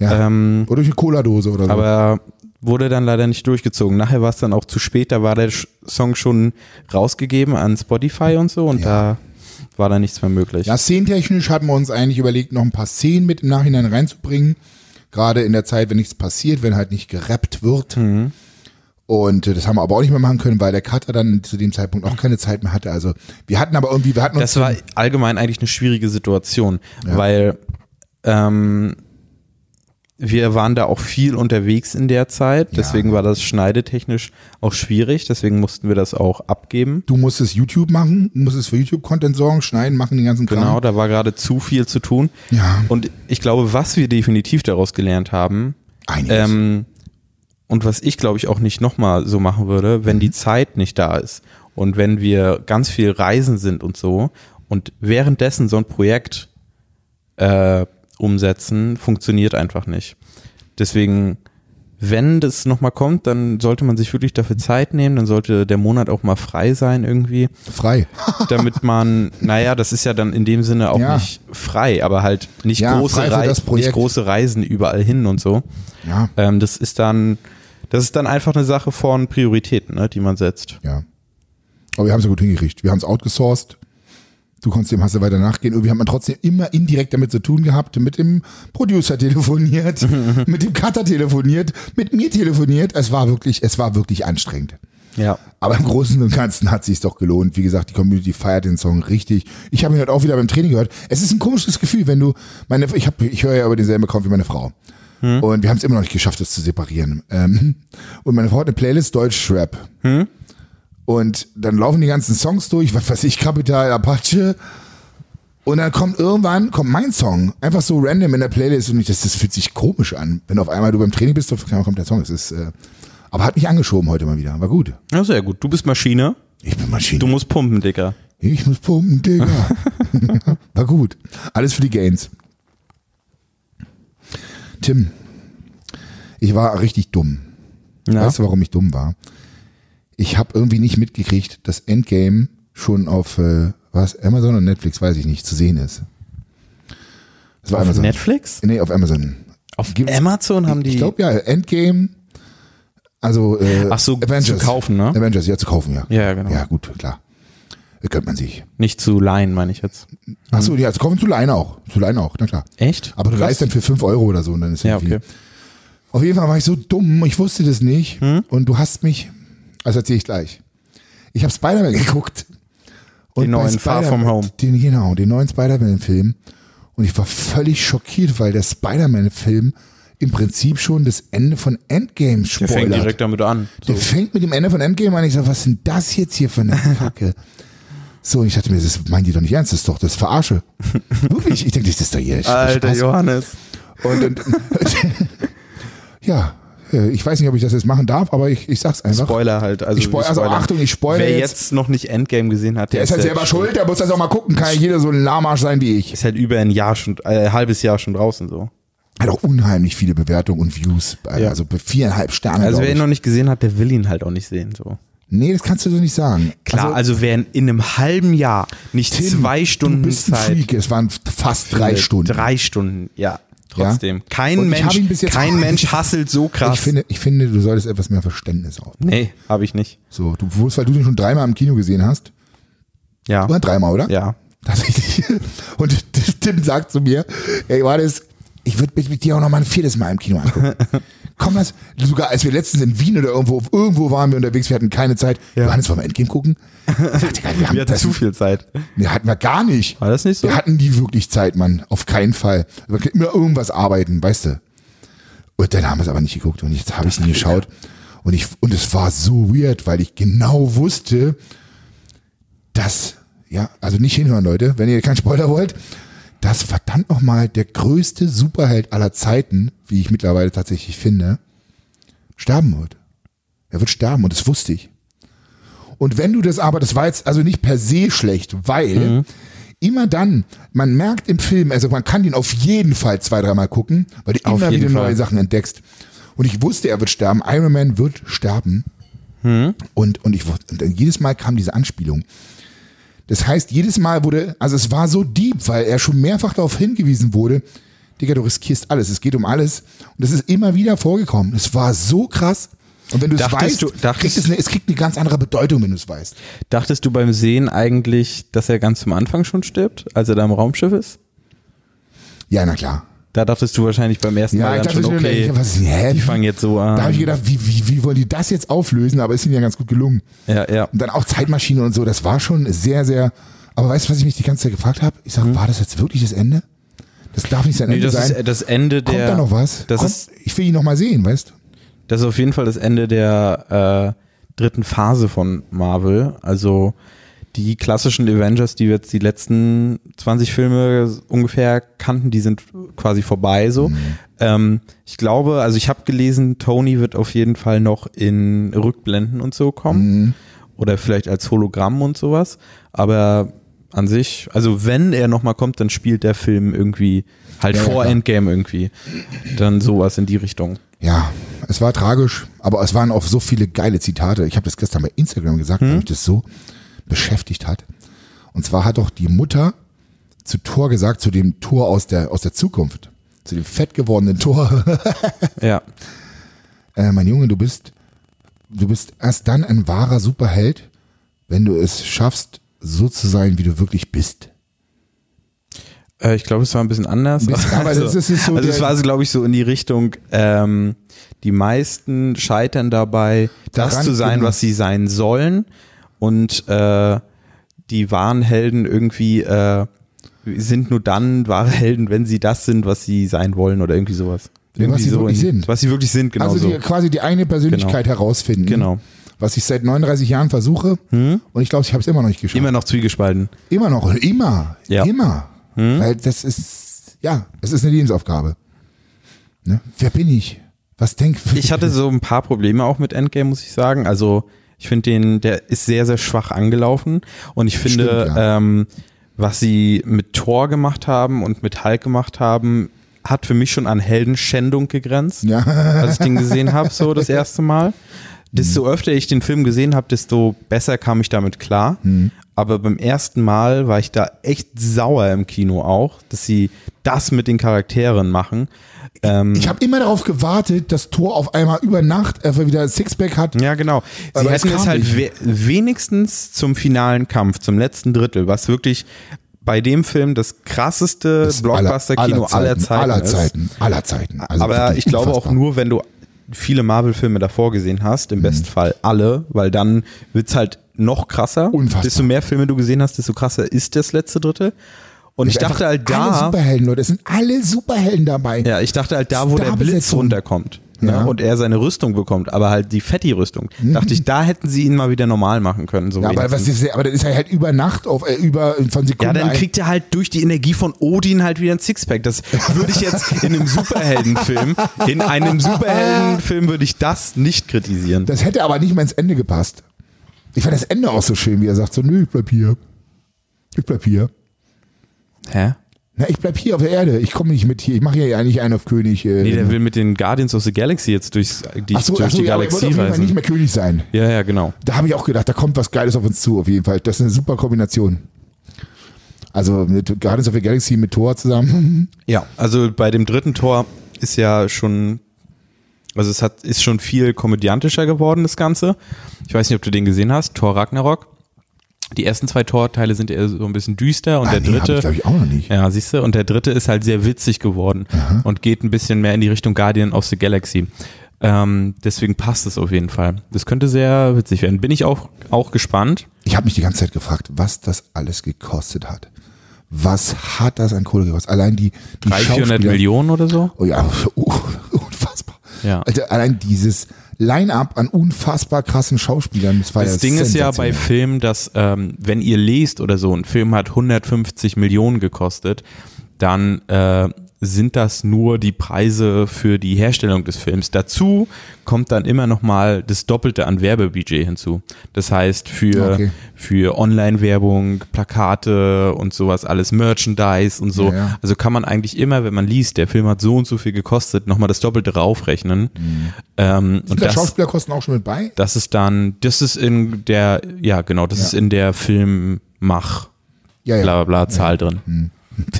Ja.
Ähm,
Oder durch eine Cola-Dose oder so.
aber wurde dann leider nicht durchgezogen. Nachher war es dann auch zu spät, da war der Sch- Song schon rausgegeben an Spotify und so und da war dann nichts mehr möglich.
ja, szenentechnisch hatten wir uns eigentlich überlegt, noch ein paar Szenen mit im Nachhinein reinzubringen. Gerade in der Zeit, wenn nichts passiert, wenn halt nicht gerappt wird.
Mhm.
Und äh, das haben wir aber auch nicht mehr machen können, weil der Cutter dann zu dem Zeitpunkt auch keine Zeit mehr hatte. Also wir hatten aber irgendwie, wir hatten uns
Das war allgemein eigentlich eine schwierige Situation, weil ähm, wir waren da auch viel unterwegs in der Zeit, deswegen war das schneidetechnisch auch schwierig, deswegen mussten wir das auch abgeben.
du musstest YouTube machen, musstest für YouTube-Content sorgen, schneiden, machen den ganzen Kram.
Genau, da war gerade zu viel zu tun.
Ja.
Und ich glaube, was wir definitiv daraus gelernt haben,
Einiges.
Ähm, und was ich, glaube ich, auch nicht nochmal so machen würde,
Mhm.
wenn die Zeit nicht da ist und wenn wir ganz viel reisen sind und so und währenddessen so ein Projekt äh, umsetzen, funktioniert einfach nicht. Deswegen, wenn das nochmal kommt, dann sollte man sich wirklich dafür Zeit nehmen, dann sollte der Monat auch mal frei sein irgendwie
Frei.
damit man, naja, das ist ja dann in dem Sinne auch
Ja.
nicht frei, aber halt nicht,
Ja,
große
frei für
Rei-
das Projekt.
nicht große Reisen überall hin und so.
Ja.
Ähm, das ist dann, das ist dann einfach eine Sache von Prioritäten, ne, die man setzt.
Ja. Aber wir haben es ja gut hingekriegt. Wir haben es outgesourced. Du konntest dem Hasse weiter nachgehen. Irgendwie hat man trotzdem immer indirekt damit zu tun gehabt, mit dem Producer telefoniert, mit dem Cutter telefoniert, mit mir telefoniert. Es war wirklich, es war wirklich anstrengend.
Ja.
Aber im Großen und Ganzen hat sich's doch gelohnt. Wie gesagt, die Community feiert den Song richtig. Ich habe ihn heute auch wieder beim Training gehört. Es ist ein komisches Gefühl, wenn du meine, ich habe, ich höre ja über denselben Account wie meine Frau. Und wir haben es immer noch nicht geschafft, das zu separieren. Ähm, und meine Frau hat eine Playlist Deutschrap. Und dann laufen die ganzen Songs durch, was weiß ich, Kapital, Apache. Und dann kommt irgendwann, kommt mein Song, einfach so random in der Playlist und ich, das, das fühlt sich komisch an. Wenn auf einmal du beim Training bist, auf einmal kommt der Song. Es ist, äh, aber hat mich angeschoben heute mal wieder. War gut.
Ja, sehr gut. Du bist Maschine.
Ich bin Maschine.
Du musst pumpen, Dicker.
ich muss pumpen, Digga. War gut. Alles für die Gains. Tim, ich war richtig dumm.
Ja.
Weißt du, warum ich dumm war? Ich habe irgendwie nicht mitgekriegt, dass Endgame schon auf äh, was Amazon und Netflix, weiß ich nicht, zu sehen ist. Das war
Auf
Amazon.
Netflix?
Nee, auf Amazon.
Auf
Gibt's-
Amazon haben die.
Ich glaube ja, Endgame. Also äh,
Ach so,
Avengers.
zu kaufen, ne?
Avengers, ja, zu kaufen, ja.
Ja, genau.
Ja, gut, klar. Könnte man sich.
Nicht zu leihen, meine ich jetzt.
Ach so, ja, also kaufen zu Leine auch. Zu Leine auch, na klar.
Echt?
Aber du leist dann für 5 Euro oder so und dann ist
Ja,
viel.
okay.
Auf jeden Fall war ich so dumm, ich wusste das nicht.
Hm?
Und du hast mich, also erzähle ich gleich. Ich habe Spider-Man geguckt. Und
Den
bei
neuen Far From
Spider-Man-
Home.
Den, genau, den neuen Spider-Man-Film. Und ich war völlig schockiert, weil der Spider-Man-Film im Prinzip schon das Ende von Endgame
Der
spoilert.
fängt direkt damit an.
Der fängt mit dem Ende von Endgame an. Ich sag, was ist denn das jetzt hier für eine Kacke? So, ich dachte mir, das meinen die doch nicht ernst, das ist doch das Verarsche. Wirklich, ich denke, das ist doch hier.
Alter
Spaß.
Johannes.
Und, und, ja, äh, ich weiß nicht, ob ich das jetzt machen darf, aber ich, ich sag's einfach.
Spoiler halt. Also
Ich spoil-
wir
also
spoilern.
Achtung, ich spoilere
Wer
jetzt.
jetzt, noch nicht Endgame gesehen hat,
der ist halt selber schuld, der muss das auch mal gucken. Kann ja jeder so ein Lahmarsch sein wie ich.
Ist halt über ein Jahr schon, äh, ein halbes Jahr schon draußen so.
Hat auch unheimlich viele Bewertungen und Views.
Ja.
Also bei viereinhalb Sterne.
Also
glaub
wer ihn
ich.
noch nicht gesehen hat, der will ihn halt auch nicht sehen so.
Nee, das kannst du so nicht sagen.
Klar, also, wer in einem halben Jahr nicht
Tim,
zwei Stunden
Du bist ein
Zeit, Äh,
Freak. Es waren fast drei Stunden.
drei Stunden, ja, trotzdem. Kein
Und ich hab
Mensch,
ihn bis jetzt-
kein Mensch hasselt so krass.
Ich finde, ich finde, du solltest etwas mehr Verständnis auf.
nee, habe ich nicht.
So, du wusstest, weil du den schon dreimal im Kino gesehen hast.
Ja,
Oder dreimal, oder?
ja.
Tatsächlich. Und Tim sagt zu mir, ey, war das, ich würde mit, mit dir auch noch mal ein viertes Mal im Kino angucken. Komm, das, sogar als wir letztens in Wien oder irgendwo, irgendwo waren wir unterwegs, wir hatten keine Zeit.
Ja.
Johannes, wollen wir Endgame gucken? Ich sagte, "Geil, wir, haben
Wir hatten
das,
zu viel Zeit.
Nee, hatten wir gar nicht.
War das nicht so?
Wir hatten die wirklich Zeit, Mann. Auf keinen Fall. Wir können immer irgendwas arbeiten, weißt du. Und dann haben wir es aber nicht geguckt und jetzt habe ich nie geschaut. Und ich, und es war so weird, weil ich genau wusste, dass, ja, also nicht hinhören, Leute, wenn ihr keinen Spoiler wollt, dass verdammt nochmal der größte Superheld aller Zeiten, wie ich mittlerweile tatsächlich finde, sterben wird. Er wird sterben und das wusste ich. Und wenn du das aber, das war jetzt also nicht per se schlecht, weil
Mhm.
immer dann, man merkt im Film, also man kann den auf jeden Fall zwei, dreimal gucken, weil du
Auf
immer
jeden
wieder neue
Fall.
Sachen entdeckst. Und ich wusste, er wird sterben. Iron Man wird sterben.
Mhm.
Und, und ich wus- und dann jedes Mal kam diese Anspielung. Das heißt, jedes Mal wurde, also es war so deep, weil er schon mehrfach darauf hingewiesen wurde, Digga, du riskierst alles, es geht um alles. Und das ist immer wieder vorgekommen. Es war so krass. Und wenn du es
Dachtest
weißt,
du- dachtest-
kriegt es, eine, es kriegt eine ganz andere Bedeutung, wenn du es weißt.
Dachtest du beim Sehen eigentlich, dass er ganz zum Anfang schon stirbt, als er da im Raumschiff ist?
Ja, na klar.
Da dachtest du wahrscheinlich beim ersten
Ja,
Mal
ich
dann
dachte,
schon,
schon,
okay,
was, hä?
die fangen jetzt so an.
da habe ich gedacht, wie, wie, wie wollen die das jetzt auflösen? Aber ist ihnen ja ganz gut gelungen.
ja, ja.
Und dann auch Zeitmaschine und so, das war schon sehr, sehr. Aber weißt du, was ich mich die ganze Zeit gefragt habe? Ich sage, war das jetzt wirklich das Ende? Das darf nicht sein
Hm? Nee,
Ende
das
sein.
ist das Ende
Kommt
der.
da noch was?
Das
Kommt,
ist,
ich will ihn noch mal sehen, weißt du?
das ist auf jeden Fall das Ende der äh, dritten Phase von Marvel. Also die klassischen Avengers, die wir jetzt die letzten 20 Filme ungefähr kannten, die sind quasi vorbei so.
Mhm.
Ähm, ich glaube, also ich habe gelesen, Tony wird auf jeden Fall noch in Rückblenden und so kommen.
Mhm.
Oder vielleicht als Hologramm und sowas. Aber an sich, also wenn er nochmal kommt, dann spielt der Film irgendwie halt
Ja, ja,
vor
klar.
Endgame irgendwie. Dann sowas in die Richtung.
Ja, es war tragisch, aber es waren auch so viele geile Zitate. Ich habe das gestern bei Instagram gesagt,
Hm?
weil mich das so beschäftigt hat. Und zwar hat doch die Mutter zu Thor gesagt, zu dem Thor aus der, aus der Zukunft, zu dem fett gewordenen Thor,
Ja.
äh, mein Junge, du bist, du bist erst dann ein wahrer Superheld, wenn du es schaffst, so zu sein, wie du wirklich bist.
Äh, ich glaube, es war ein bisschen anders.
Aber es ist- es ist so
also
der-
es war, also, glaube ich, so in die Richtung, ähm, die meisten scheitern dabei,
Daran,
das zu sein,
genau.
was sie sein sollen. Und äh, die wahren Helden irgendwie äh, sind nur dann wahre Helden, wenn sie das sind, was sie sein wollen oder irgendwie sowas.
Ja, was
Irgendwie
sie wirklich sind.
Was sie wirklich sind, genau
also die,
so.
quasi die eine Persönlichkeit herausfinden.
Genau.
Was ich seit 39 Jahren versuche. Und ich glaube, ich habe es immer noch nicht geschafft.
Hm? Immer noch zwiegespalten.
Immer noch, immer,
Ja. Hm?
immer. Weil das ist, ja, das ist eine Lebensaufgabe. Ne? Wer bin ich? Was denk
Ich hatte so ein paar Probleme auch mit Endgame, muss ich sagen. Also ich finde den, der ist sehr, sehr schwach angelaufen. Und ich finde,
Stimmt, ja.
ähm, was sie mit Thor gemacht haben und mit Hulk gemacht haben, hat für mich schon an Heldenschändung gegrenzt,
Ja.
als ich den gesehen habe, so das erste Mal.
Mhm.
Desto öfter ich den Film gesehen habe, desto besser kam ich damit klar.
Mhm.
Aber beim ersten Mal war ich da echt sauer im Kino auch, dass sie das mit den Charakteren machen. Ähm,
Ich habe immer darauf gewartet, dass Thor auf einmal über Nacht einfach wieder Sixpack hat.
Ja, genau. Sie
Aber es
hätten
kam
es halt
nicht.
we wenigstens zum finalen Kampf, zum letzten Drittel, was wirklich bei dem Film das krasseste Blockbuster-Kino aller, Zeiten
Aller
ist.
Zeiten. Aller Zeiten. Also
Aber
wirklich
ich glaube auch
unfassbar. Mhm.
nur, wenn du viele Marvel-Filme davor gesehen hast, im Bestfall alle, weil dann wird's halt noch krasser.
Unfassbar.
Desto mehr Filme du gesehen hast, desto krasser ist das letzte Drittel. Und ich
Einfach
dachte halt
Alle
da,
Superhelden, Leute. Es sind alle Superhelden dabei.
ja, ich dachte halt da, wo der Blitz
Starbesetzung.
runterkommt ne,
Ja. Mhm.
und er seine Rüstung bekommt, aber halt die Fetti-Rüstung. Dachte ich, da hätten sie ihn mal wieder normal machen können. So
Ja, aber, was
wenigstens.
ist, aber das ist halt über Nacht, auf, äh, über von Sekunden.
ja, dann
ein-
kriegt er halt durch die Energie von Odin halt wieder ein Sixpack. Das würde ich jetzt in einem Superheldenfilm, in einem Superheldenfilm würde ich das nicht kritisieren.
Das hätte aber nicht mal ins Ende gepasst. Ich fand das Ende auch so schön, wie er sagt: so, nö, ich bleib hier. Ich bleib hier.
Hä?
Na, ich bleib hier auf der Erde. Ich komme nicht mit hier. Ich mache hier eigentlich einen auf König. Äh,
Nee, der will mit den Guardians of the Galaxy jetzt durchs, die,
ach so,
durch
ach so,
die
ja, aber er
Galaxie
wollte auf jeden Fall nicht
reisen.
mehr König sein.
Ja, ja, genau.
Da habe ich auch gedacht, da kommt was Geiles auf uns zu, auf jeden Fall. Das ist eine super Kombination. Also mit Guardians of the Galaxy mit Thor zusammen.
Ja, also bei dem dritten Tor ist ja schon, also es hat, ist schon viel komödiantischer geworden, das Ganze. Ich weiß nicht, ob du den gesehen hast, Tor Ragnarok. Die ersten zwei Torteile sind eher so ein bisschen düster und
Ah,
der
nee, hab
dritte.
ich, glaub ich, auch noch nicht.
Ja, siehst du, und der dritte ist halt sehr witzig geworden und geht ein bisschen mehr in die Richtung Guardian of the Galaxy. Ähm, deswegen passt es auf jeden Fall. Das könnte sehr witzig werden. Bin ich auch, auch gespannt.
Ich habe mich die ganze Zeit gefragt, was das alles gekostet hat. Was hat das an Kohle gekostet? Allein die, die
300, 400
Schauspieler-
Millionen oder so?
Oh ja, uh, unfassbar.
Ja.
Alter, allein dieses Line-up an unfassbar krassen Schauspielern. Das, war
Das Ding ist ja bei
sensationell.
Filmen, dass ähm, wenn ihr lest oder so, ein Film hat 150 Millionen gekostet, dann äh, sind das nur die Preise für die Herstellung des Films. Dazu kommt dann immer noch mal das Doppelte an Werbebudget hinzu. Das heißt für
Okay.
für Online-Werbung, Plakate und sowas alles, Merchandise und so.
Ja, ja.
Also kann man eigentlich immer, wenn man liest, der Film hat so und so viel gekostet, noch mal das Doppelte raufrechnen.
Mhm.
Ähm, und
Sind da
das
Schauspielerkosten auch schon mit bei?
das ist dann, das ist in der, ja genau, das
Ja.
ist in der Filmmach,
Ja, Hm.
bla bla bla, Zahl drin.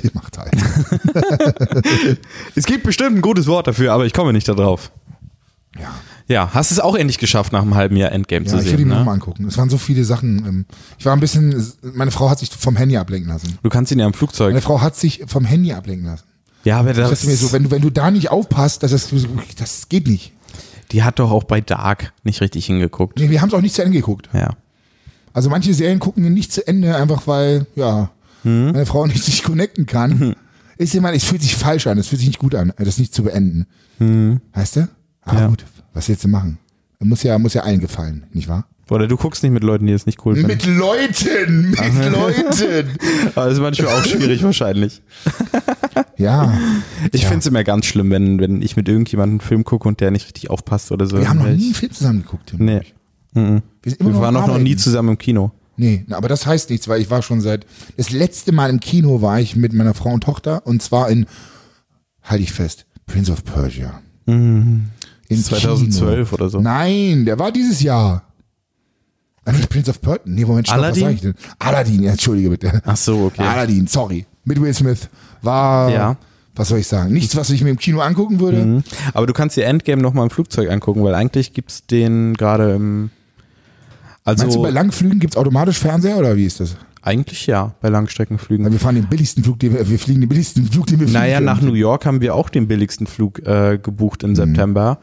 Der macht halt.
Es gibt bestimmt ein gutes Wort dafür, aber ich komme nicht darauf.
Ja.
Ja, hast es auch endlich geschafft, nach einem halben Jahr Endgame
Ja,
zu
ich will ihn
sehen.
mir
Ne?
nochmal angucken. Es waren so viele Sachen. ähm, Ich war ein bisschen, meine Frau hat sich vom Handy ablenken lassen.
Du kannst ihn ja im Flugzeug.
Meine Frau hat sich vom Handy ablenken lassen.
Ja, aber
Ich
das,
dachte mir so, wenn du, wenn du da nicht aufpasst, das, ist, das geht nicht.
die hat doch auch bei Dark nicht richtig hingeguckt.
Nee, wir haben es auch nicht zu Ende geguckt.
Ja.
Also manche Serien gucken wir nicht zu Ende, einfach weil, ja,
Hm?
meine Frau nicht sich connecten kann. Ist immer, es fühlt sich falsch an, es fühlt sich nicht gut an, das nicht zu beenden. Weißt du? Aber
Hm. Ja.
gut, was jetzt machen? Muss ja, muss ja allen gefallen, nicht wahr?
Oder du guckst nicht mit Leuten, die es nicht cool finden.
Mit Leuten, mit Leuten.
Aber das ist manchmal auch schwierig wahrscheinlich.
Ja,
Ich
Tja.
finde es immer ganz schlimm, wenn, wenn ich mit irgendjemandem einen Film gucke und der nicht richtig aufpasst oder so.
wir haben noch
Weil ich-
nie einen Film zusammen geguckt. Tim.
Nee.
Wir, sind immer
Wir waren
am
auch noch nie
Arbeiten.
zusammen im Kino.
Nee, na, aber das heißt nichts, weil ich war schon seit, das letzte Mal im Kino war ich mit meiner Frau und Tochter und zwar in, halte ich fest, Prince of Persia. In
2012 Mhm. oder so.
Nein, der war dieses Jahr. Ah, Nicht Prince of Persia. Nee, Moment, stopp, was
Aladdin?
sag ich denn? Aladdin, ja, entschuldige bitte.
Ach so, okay.
Aladdin, sorry. Mit Will Smith war,
Ja. Mhm.
was soll ich sagen, nichts, was ich mir im Kino angucken würde.
Aber du kannst dir Endgame nochmal im Flugzeug angucken, weil eigentlich gibt's den gerade im. Also
Meinst du, bei Langflügen gibt's automatisch Fernseher oder wie ist das?
Eigentlich ja, bei Langstreckenflügen.
Weil wir fahren den billigsten Flug, den wir, wir fliegen den billigsten Flug, den wir fliegen.
Naja,
können.
nach New York haben wir auch den billigsten Flug äh, gebucht
Mhm.
im September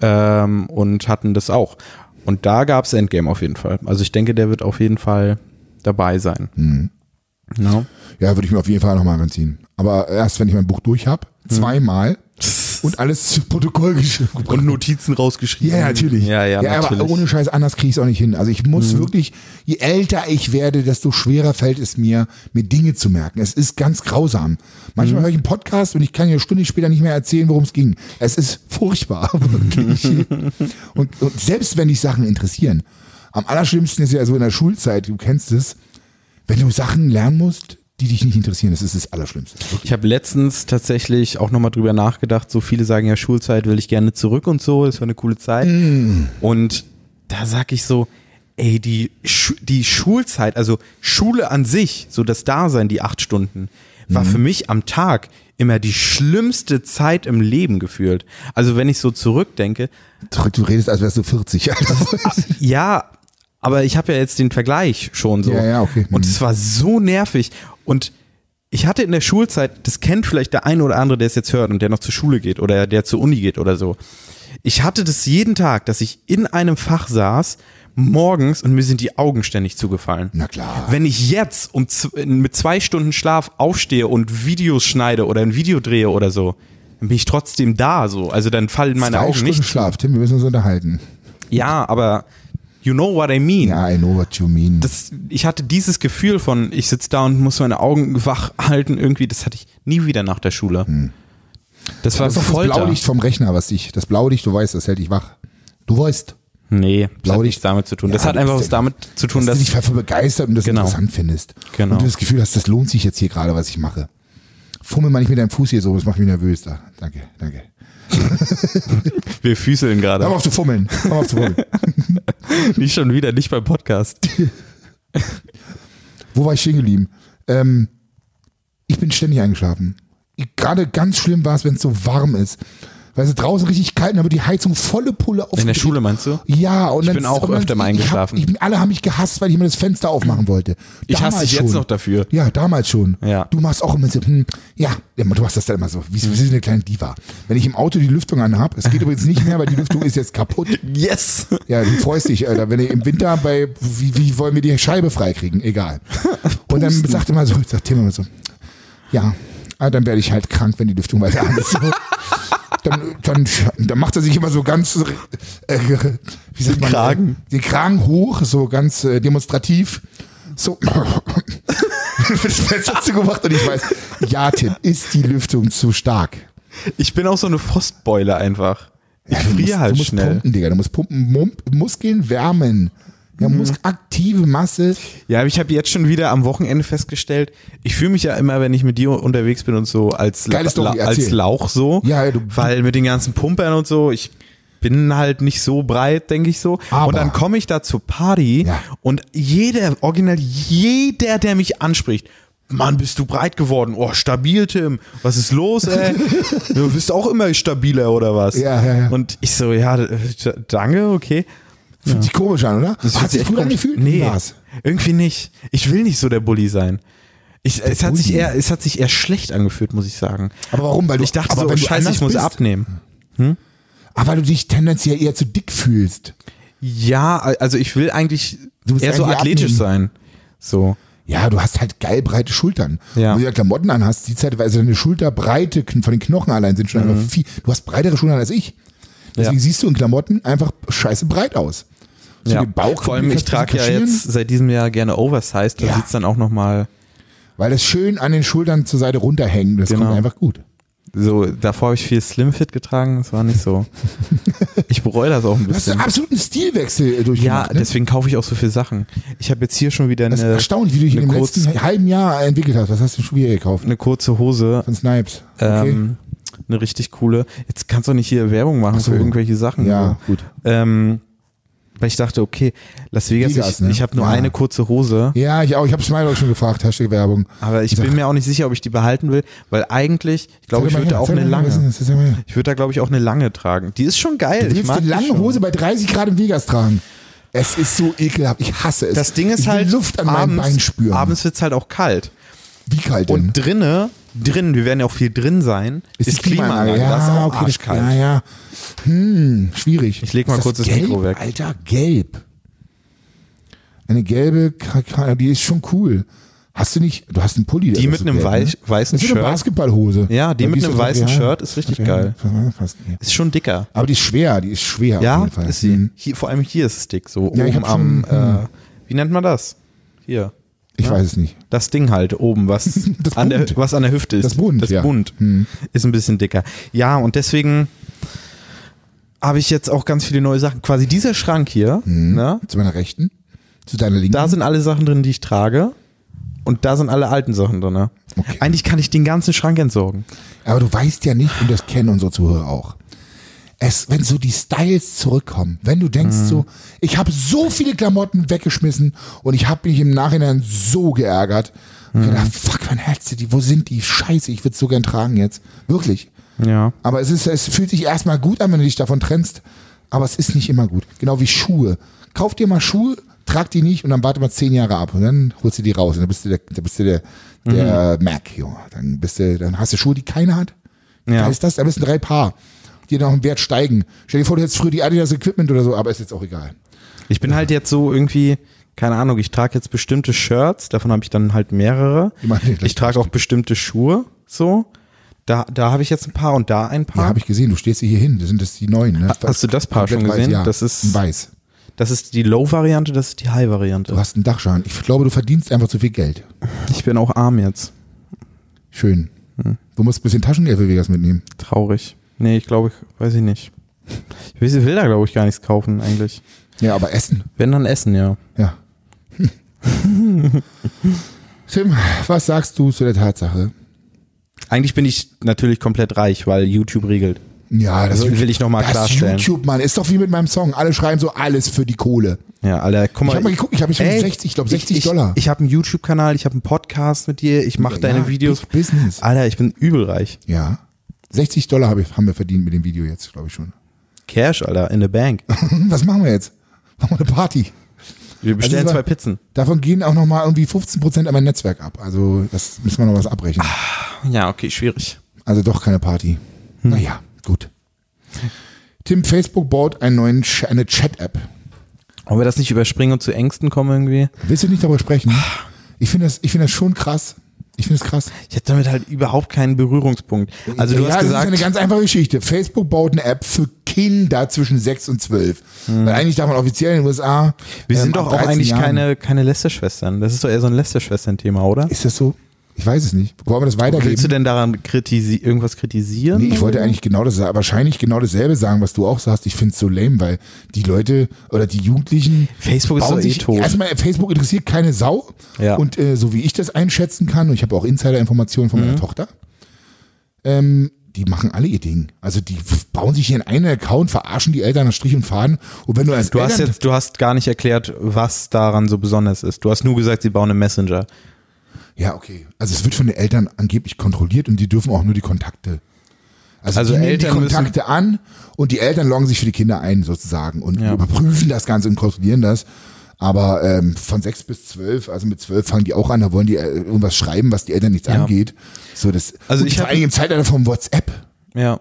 ähm, und hatten das auch. Und da gab's Endgame auf jeden Fall. Also ich denke, der wird auf jeden Fall dabei sein.
Mhm.
Ne? Ja.
Ja, würde ich mir auf jeden Fall nochmal reinziehen. Aber erst, wenn ich mein Buch durch habe, zweimal und alles zu Protokoll geschrieben.
Und Notizen rausgeschrieben.
Ja, ja, natürlich.
Ja, ja,
aber
natürlich. Mhm.
ohne Scheiß, anders kriege ich es auch nicht hin. Also ich muss wirklich, je älter ich werde, desto schwerer fällt es mir, mir Dinge zu merken. Es ist ganz grausam.
Mhm.
Manchmal höre ich einen Podcast und ich kann eine Stunde später nicht mehr erzählen, worum es ging. Es ist furchtbar, wirklich. und, und selbst wenn dich Sachen interessieren, am allerschlimmsten ist ja so in der Schulzeit, du kennst es, wenn du Sachen lernen musst, die dich nicht interessieren, das ist das Allerschlimmste.
Ich habe letztens tatsächlich auch nochmal drüber nachgedacht, so viele sagen ja, Schulzeit will ich gerne zurück und so, das war eine coole Zeit. Und da sag ich so, ey, die, Schu die Schulzeit, also Schule an sich, so das Dasein, die acht Stunden, war für mich am Tag immer die schlimmste Zeit im Leben gefühlt. Also wenn ich so zurückdenke,
Du redest, als wärst du 40. Alter.
ja, aber ich habe ja jetzt den Vergleich schon so.
Ja, ja, okay.
Und
Mhm.
es war so nervig. Und ich hatte in der Schulzeit, das kennt vielleicht der eine oder andere, der es jetzt hört und der noch zur Schule geht oder der zur Uni geht oder so. Ich hatte das jeden Tag, dass ich in einem Fach saß, morgens und mir sind die Augen ständig zugefallen.
Na klar.
Wenn ich jetzt um, z- mit zwei Stunden Schlaf aufstehe und Videos schneide oder ein Video drehe oder so, dann bin ich trotzdem da so. Also dann fallen meine
Zwei
Augen
Stunden
nicht zu.
Schlaf, Tim, wir müssen uns unterhalten.
Ja, aber you know what I mean.
Ja, I know what you mean.
Das, ich hatte dieses Gefühl von, ich sitze da und muss meine Augen wach halten irgendwie, das hatte ich nie wieder nach der Schule. Das war
Hm. Das ist doch das
Folter.
Blaulicht vom Rechner, was dich, das Blaulicht, du weißt, das hält dich wach. Du weißt.
nee, das hat
Blaulicht-
nichts damit zu tun. das
Ja,
hat
du
einfach was
bist ja-
damit zu tun,
dass
dass,
du dich dafür begeistert und das
Genau.
interessant findest.
Genau.
Und du das Gefühl hast, das lohnt sich jetzt hier gerade, was ich mache. Fummel mal nicht mit deinem Fuß hier so, das macht mich nervös. Da. Danke, danke.
wir füßeln
Hör mal
gerade.
auf zu fummeln. Hör mal auf zu fummeln.
Nicht schon wieder, nicht beim Podcast.
Wo war ich stehen geblieben? Ähm, ich bin ständig eingeschlafen. Ich- Gerade ganz schlimm war es, wenn es so warm ist. Weil es ist draußen richtig kalt und dann wird die Heizung volle Pulle auf.
In der Schule meinst du?
Ja, und ich dann,
bin auch
und dann,
öfter mal eingeschlafen.
Ich hab, ich bin, alle haben mich gehasst, weil ich mir das Fenster aufmachen wollte.
Ich hasse
Damals
dich jetzt noch dafür.
Ja, damals schon.
Ja.
Du machst auch immer so, hm, ja, ja, du machst das dann immer so, wie, wie so eine kleine Diva. Wenn ich im Auto die Lüftung anhab, es geht übrigens nicht mehr, weil die Lüftung ist jetzt kaputt.
Yes!
Ja, du freust dich, Alter. Wenn ihr im Winter bei, wie, wie wollen wir die Scheibe freikriegen? Egal. Und dann sagt immer so, sagt Tim immer so, ja, ah, dann werde ich halt krank, wenn die Lüftung weiter an ist. So. Dann, dann, dann macht er sich immer so ganz, äh, wie sagt man,
Kragen.
Äh, den Kragen hoch, so ganz äh, demonstrativ. So, das Fenster zugemacht und ich weiß, ja, Tim, ist die Lüftung zu stark?
Ich bin auch so eine Frostbeule einfach. Ich
Ja, du musst,
friere halt
du musst
schnell.
pumpen, Digga. Du musst pumpen, Mump, Muskeln wärmen. Ja,
Mhm.
Mus aktive Masse.
Ja, aber ich habe jetzt schon wieder am Wochenende festgestellt, ich fühle mich ja immer, wenn ich mit dir unterwegs bin und so, als, La
Geile Story,
La als
erzähl.
Lauch so.
Ja, ja, du-
weil mit den ganzen Pumpern und so, ich bin halt nicht so breit, denke ich so.
Aber-
und dann komme ich da zur Party
Ja.
und jeder, original jeder, der mich anspricht, Mann, bist du breit geworden. Oh, stabil, Tim. Was ist los, ey? du bist auch immer stabiler oder was?
Ja, ja, ja.
Und ich so, ja, d- d- danke, okay.
Fühlt sich komisch an, oder?
Das
Hat
fühlt
sich
echt
gut
komisch-
angefühlt? Wie
Nee,
war's?
irgendwie nicht. Ich will nicht so der Bully sein. Ich, es, hat sich
Bulli?
eher, es hat sich eher schlecht angefühlt, muss ich sagen.
Aber warum? Weil du,
ich dachte
aber
so,
wenn du
scheiße,
anders
ich muss
bist,
abnehmen.
Aber weil du dich tendenziell eher zu dick fühlst.
Ja, also ich will eigentlich
musst
eher so
eigentlich
athletisch sein. So.
Ja, du hast halt geil breite Schultern.
Ja.
Wenn du ja Klamotten anhast, die zeitweise deine Schulterbreite kn- von den Knochen allein sind schon einfach viel. Du hast breitere Schultern als ich. Deswegen
Mhm. Ja.
siehst du in Klamotten einfach scheiße breit aus. So
ja.
den Bauch
Vor allem, ich
kannst du
trage ja
kaschieren,
jetzt seit diesem Jahr gerne Oversized. Da
Ja.
sieht's dann auch nochmal
Weil das schön an den Schultern zur Seite runterhängen, das
Genau.
kommt einfach gut.
so, davor habe ich viel Slimfit getragen, das war nicht so. Ich bereue das auch ein
Du hast einen
bisschen.
absoluten Stilwechsel
Ja,
durchgemacht. ne?
deswegen kaufe ich auch so viel Sachen. Ich habe jetzt hier schon wieder
Das ist
eine,
erstaunlich, wie du dich
eine
in dem
kurz-
letzten halben Jahr entwickelt hast. Was hast du schon wieder gekauft?
eine kurze Hose
Von Snipes. Okay.
Ähm, Eine richtig coole. Jetzt kannst du nicht hier Werbung machen
Ach so.
für irgendwelche Sachen.
ja, gut.
Ähm, weil ich dachte, okay, Las Vegas,
Vegas,
ich,
ne?
ich habe nur
Ja.
eine kurze Hose,
Ja, ich auch. Ich habe Smile auch schon gefragt. Hashtag Werbung.
aber ich bin mir auch nicht sicher, ob ich die behalten will, weil eigentlich, ich glaube,
Sag
ich
mal
würde
her,
auch
sag
eine
mal her, was
lange,
ist das? Sag mal her.
ich würde da glaube ich auch eine lange tragen. Die ist schon geil.
Du
ich
willst
mag
eine
die
lange
schon.
Hose bei 30 Grad in Vegas tragen. Es ist so ekelhaft. Ich hasse es.
Das Ding ist
ich will
halt,
Luft an meinem Bein spüren.
abends wird es halt auch kalt.
Wie kalt denn?
Und drinne, drin, wir werden ja auch viel drin sein, ist,
die
Klimaanlage.
Ja,
das ist auch
okay, das-
arschkalt.
Ja, ja. Hm, schwierig.
Ich leg mal
Ist
kurz das
gelb?
Mikro weg.
Alter, gelb. Eine gelbe, Ka- Ka- die ist schon cool. Hast du nicht, du hast einen Pulli. der
Die
ist
mit
so
einem
gelb,
wei-
ne?
weißen
Das ist so eine
Shirt.
Basketballhose.
Ja, die
Weil
mit
ist
einem
so-
weißen
ja,
Shirt ist richtig geil.
Fast, ja.
Ist schon dicker.
Aber die ist schwer, die ist schwer auf
Ja,
jeden Fall.
ist sie.
Hm.
Hier, vor allem hier ist es dick, so
Ja, ich
oben
hab
am,
schon- hm.
äh, wie nennt man das? Hier.
Ich weiß es nicht.
Das Ding halt oben, was,
Das
an, der,
Bund.
was an der Hüfte ist.
Das Bund,
Das
ja. Hm.
Bund ist ein bisschen dicker. Ja, und deswegen habe ich jetzt auch ganz viele neue Sachen. Quasi dieser Schrank hier, ne,
Zu meiner Rechten? Zu deiner Linken?
da sind alle Sachen drin, die ich trage. Und da sind alle alten Sachen drin. Ne?
Okay.
Eigentlich kann ich den ganzen Schrank entsorgen.
Aber du weißt ja nicht, und das kennen unsere Zuhörer auch. Es, wenn so die Styles zurückkommen, wenn du denkst so, ich habe so viele Klamotten weggeschmissen und ich habe mich im Nachhinein so geärgert. Und Ich dachte, fuck, wann hättest du die, wo sind die? Scheiße, ich würde es so gern tragen jetzt. Wirklich.
Ja.
Aber es ist, es fühlt sich erstmal gut an, wenn du dich davon trennst. Aber es ist nicht immer gut. Genau wie Schuhe. Kauf dir mal Schuhe, trag die nicht und dann warte mal zehn Jahre ab und dann holst du die raus und dann bist du der, dann bist du der,
Mhm.
der Mac, Junge. Dann bist du, dann hast du Schuhe, die keiner hat.
Ja.
Da ist das, da bist drei Paar, die noch im Wert steigen. Stell dir vor, du hättest früher die Adidas Equipment oder so, aber ist jetzt auch egal.
Ich bin halt jetzt so irgendwie, keine Ahnung, ich trage jetzt bestimmte Shirts, davon habe ich dann halt mehrere.
Ich meine,
Ich trage auch bestimmte Schuhe, so. Da, da habe ich jetzt ein paar und da ein
Ja,
paar.
habe ich gesehen, du stehst hier hin. Das sind das die neuen, ne?
hast du das Paar
Komplett
schon
weiß,
gesehen?
Ja.
Das ist-
weiß.
Das ist die Low-Variante, das ist die
Du
High-Variante.
hast einen Dachschaden. Ich glaube, du verdienst einfach zu viel Geld.
Ich bin auch arm jetzt.
Schön.
Hm.
Du musst ein bisschen Taschengeld für Vegas mitnehmen.
Traurig. Nee, ich glaube, ich weiß ich nicht. Ich will, will da, glaube ich, gar nichts kaufen eigentlich.
Ja, aber Essen.
Wenn dann Essen, ja.
Ja. Tim, was sagst du zu der Tatsache?
Eigentlich bin ich natürlich komplett reich, weil YouTube regelt.
Ja, das
Also, will ich noch mal
das
klarstellen.
YouTube, Mann, ist doch wie mit meinem Song. Alle schreiben so alles für die Kohle.
Ja, Alter, guck mal.
Ich hab mal geguckt, ich hab mich schon
Ey,
60, ich glaub 60
ich,
Dollar.
Ich, ich habe einen YouTube-Kanal, ich habe einen Podcast mit dir, ich mache
Ja,
deine
ja,
Videos.
Big Business.
Alter, ich bin übelreich.
Ja. 60 Dollar hab ich, haben wir verdient mit dem Video jetzt, glaube ich schon.
Cash, Alter, in the bank.
was machen wir jetzt? Machen wir eine Party.
Wir bestellen
Also,
zwei Pizzen.
Davon gehen auch nochmal irgendwie 15% an mein Netzwerk ab. Also das müssen wir noch was abrechnen.
Ja, okay, schwierig.
Also doch keine Party.
Hm.
Naja, gut. Tim, Facebook baut einen neuen Ch eine Chat-App.
Ob wir das nicht überspringen und zu Ängsten kommen irgendwie?
Willst du nicht darüber sprechen? Ich finde das, ich finde das schon krass. Ich finde das krass.
Ich hätte damit halt überhaupt keinen Berührungspunkt. Also du
ja,
hast
das ist
gesagt,
eine ganz einfache Geschichte. Facebook baut eine App für Kinder zwischen 6 und 12. Weil eigentlich darf man offiziell in den USA.
Hm. wir
ähm,
sind doch
ab
auch
13
eigentlich
Jahren-
keine, keine Lästerschwestern. Das ist doch eher so ein Lästerschwestern-Thema, oder?
Ist das so? Ich weiß es nicht. Wollen wir das weitergeben?
Willst du denn daran kritisi irgendwas kritisieren?
Nee, ich wollte eigentlich genau das sa- wahrscheinlich genau dasselbe sagen, was du auch sagst. Ich finde es so lame, weil die Leute oder die Jugendlichen
Facebook ist
bauen
doch eh
sich,
tot.
Erstmal, Facebook interessiert keine Sau.
Ja.
Und äh, so wie ich das einschätzen kann, und ich habe auch Insider-Informationen von
Mhm.
meiner Tochter, ähm, die machen alle ihr Ding. Also die f- bauen sich ihren einen Account, verarschen die Eltern nach Strich und Faden. Und wenn du als
Du hast
Eltern,
jetzt, du hast gar nicht erklärt, was daran so besonders ist. Du hast nur gesagt, sie bauen einen Messenger.
ja okay, also es wird von den Eltern angeblich kontrolliert und die dürfen auch nur die Kontakte.
Also
die nehmen
Eltern
die
müssen-
Kontakte an und die Eltern loggen sich für die Kinder ein sozusagen und
Ja.
überprüfen das Ganze und kontrollieren das. Aber ähm, von sechs bis zwölf, also mit zwölf fangen die auch an, da wollen die äh, irgendwas schreiben, was die Eltern nichts angeht. So das.
Also
und
ich
vor
hab-
allem im Zeitalter vom WhatsApp.
Ja.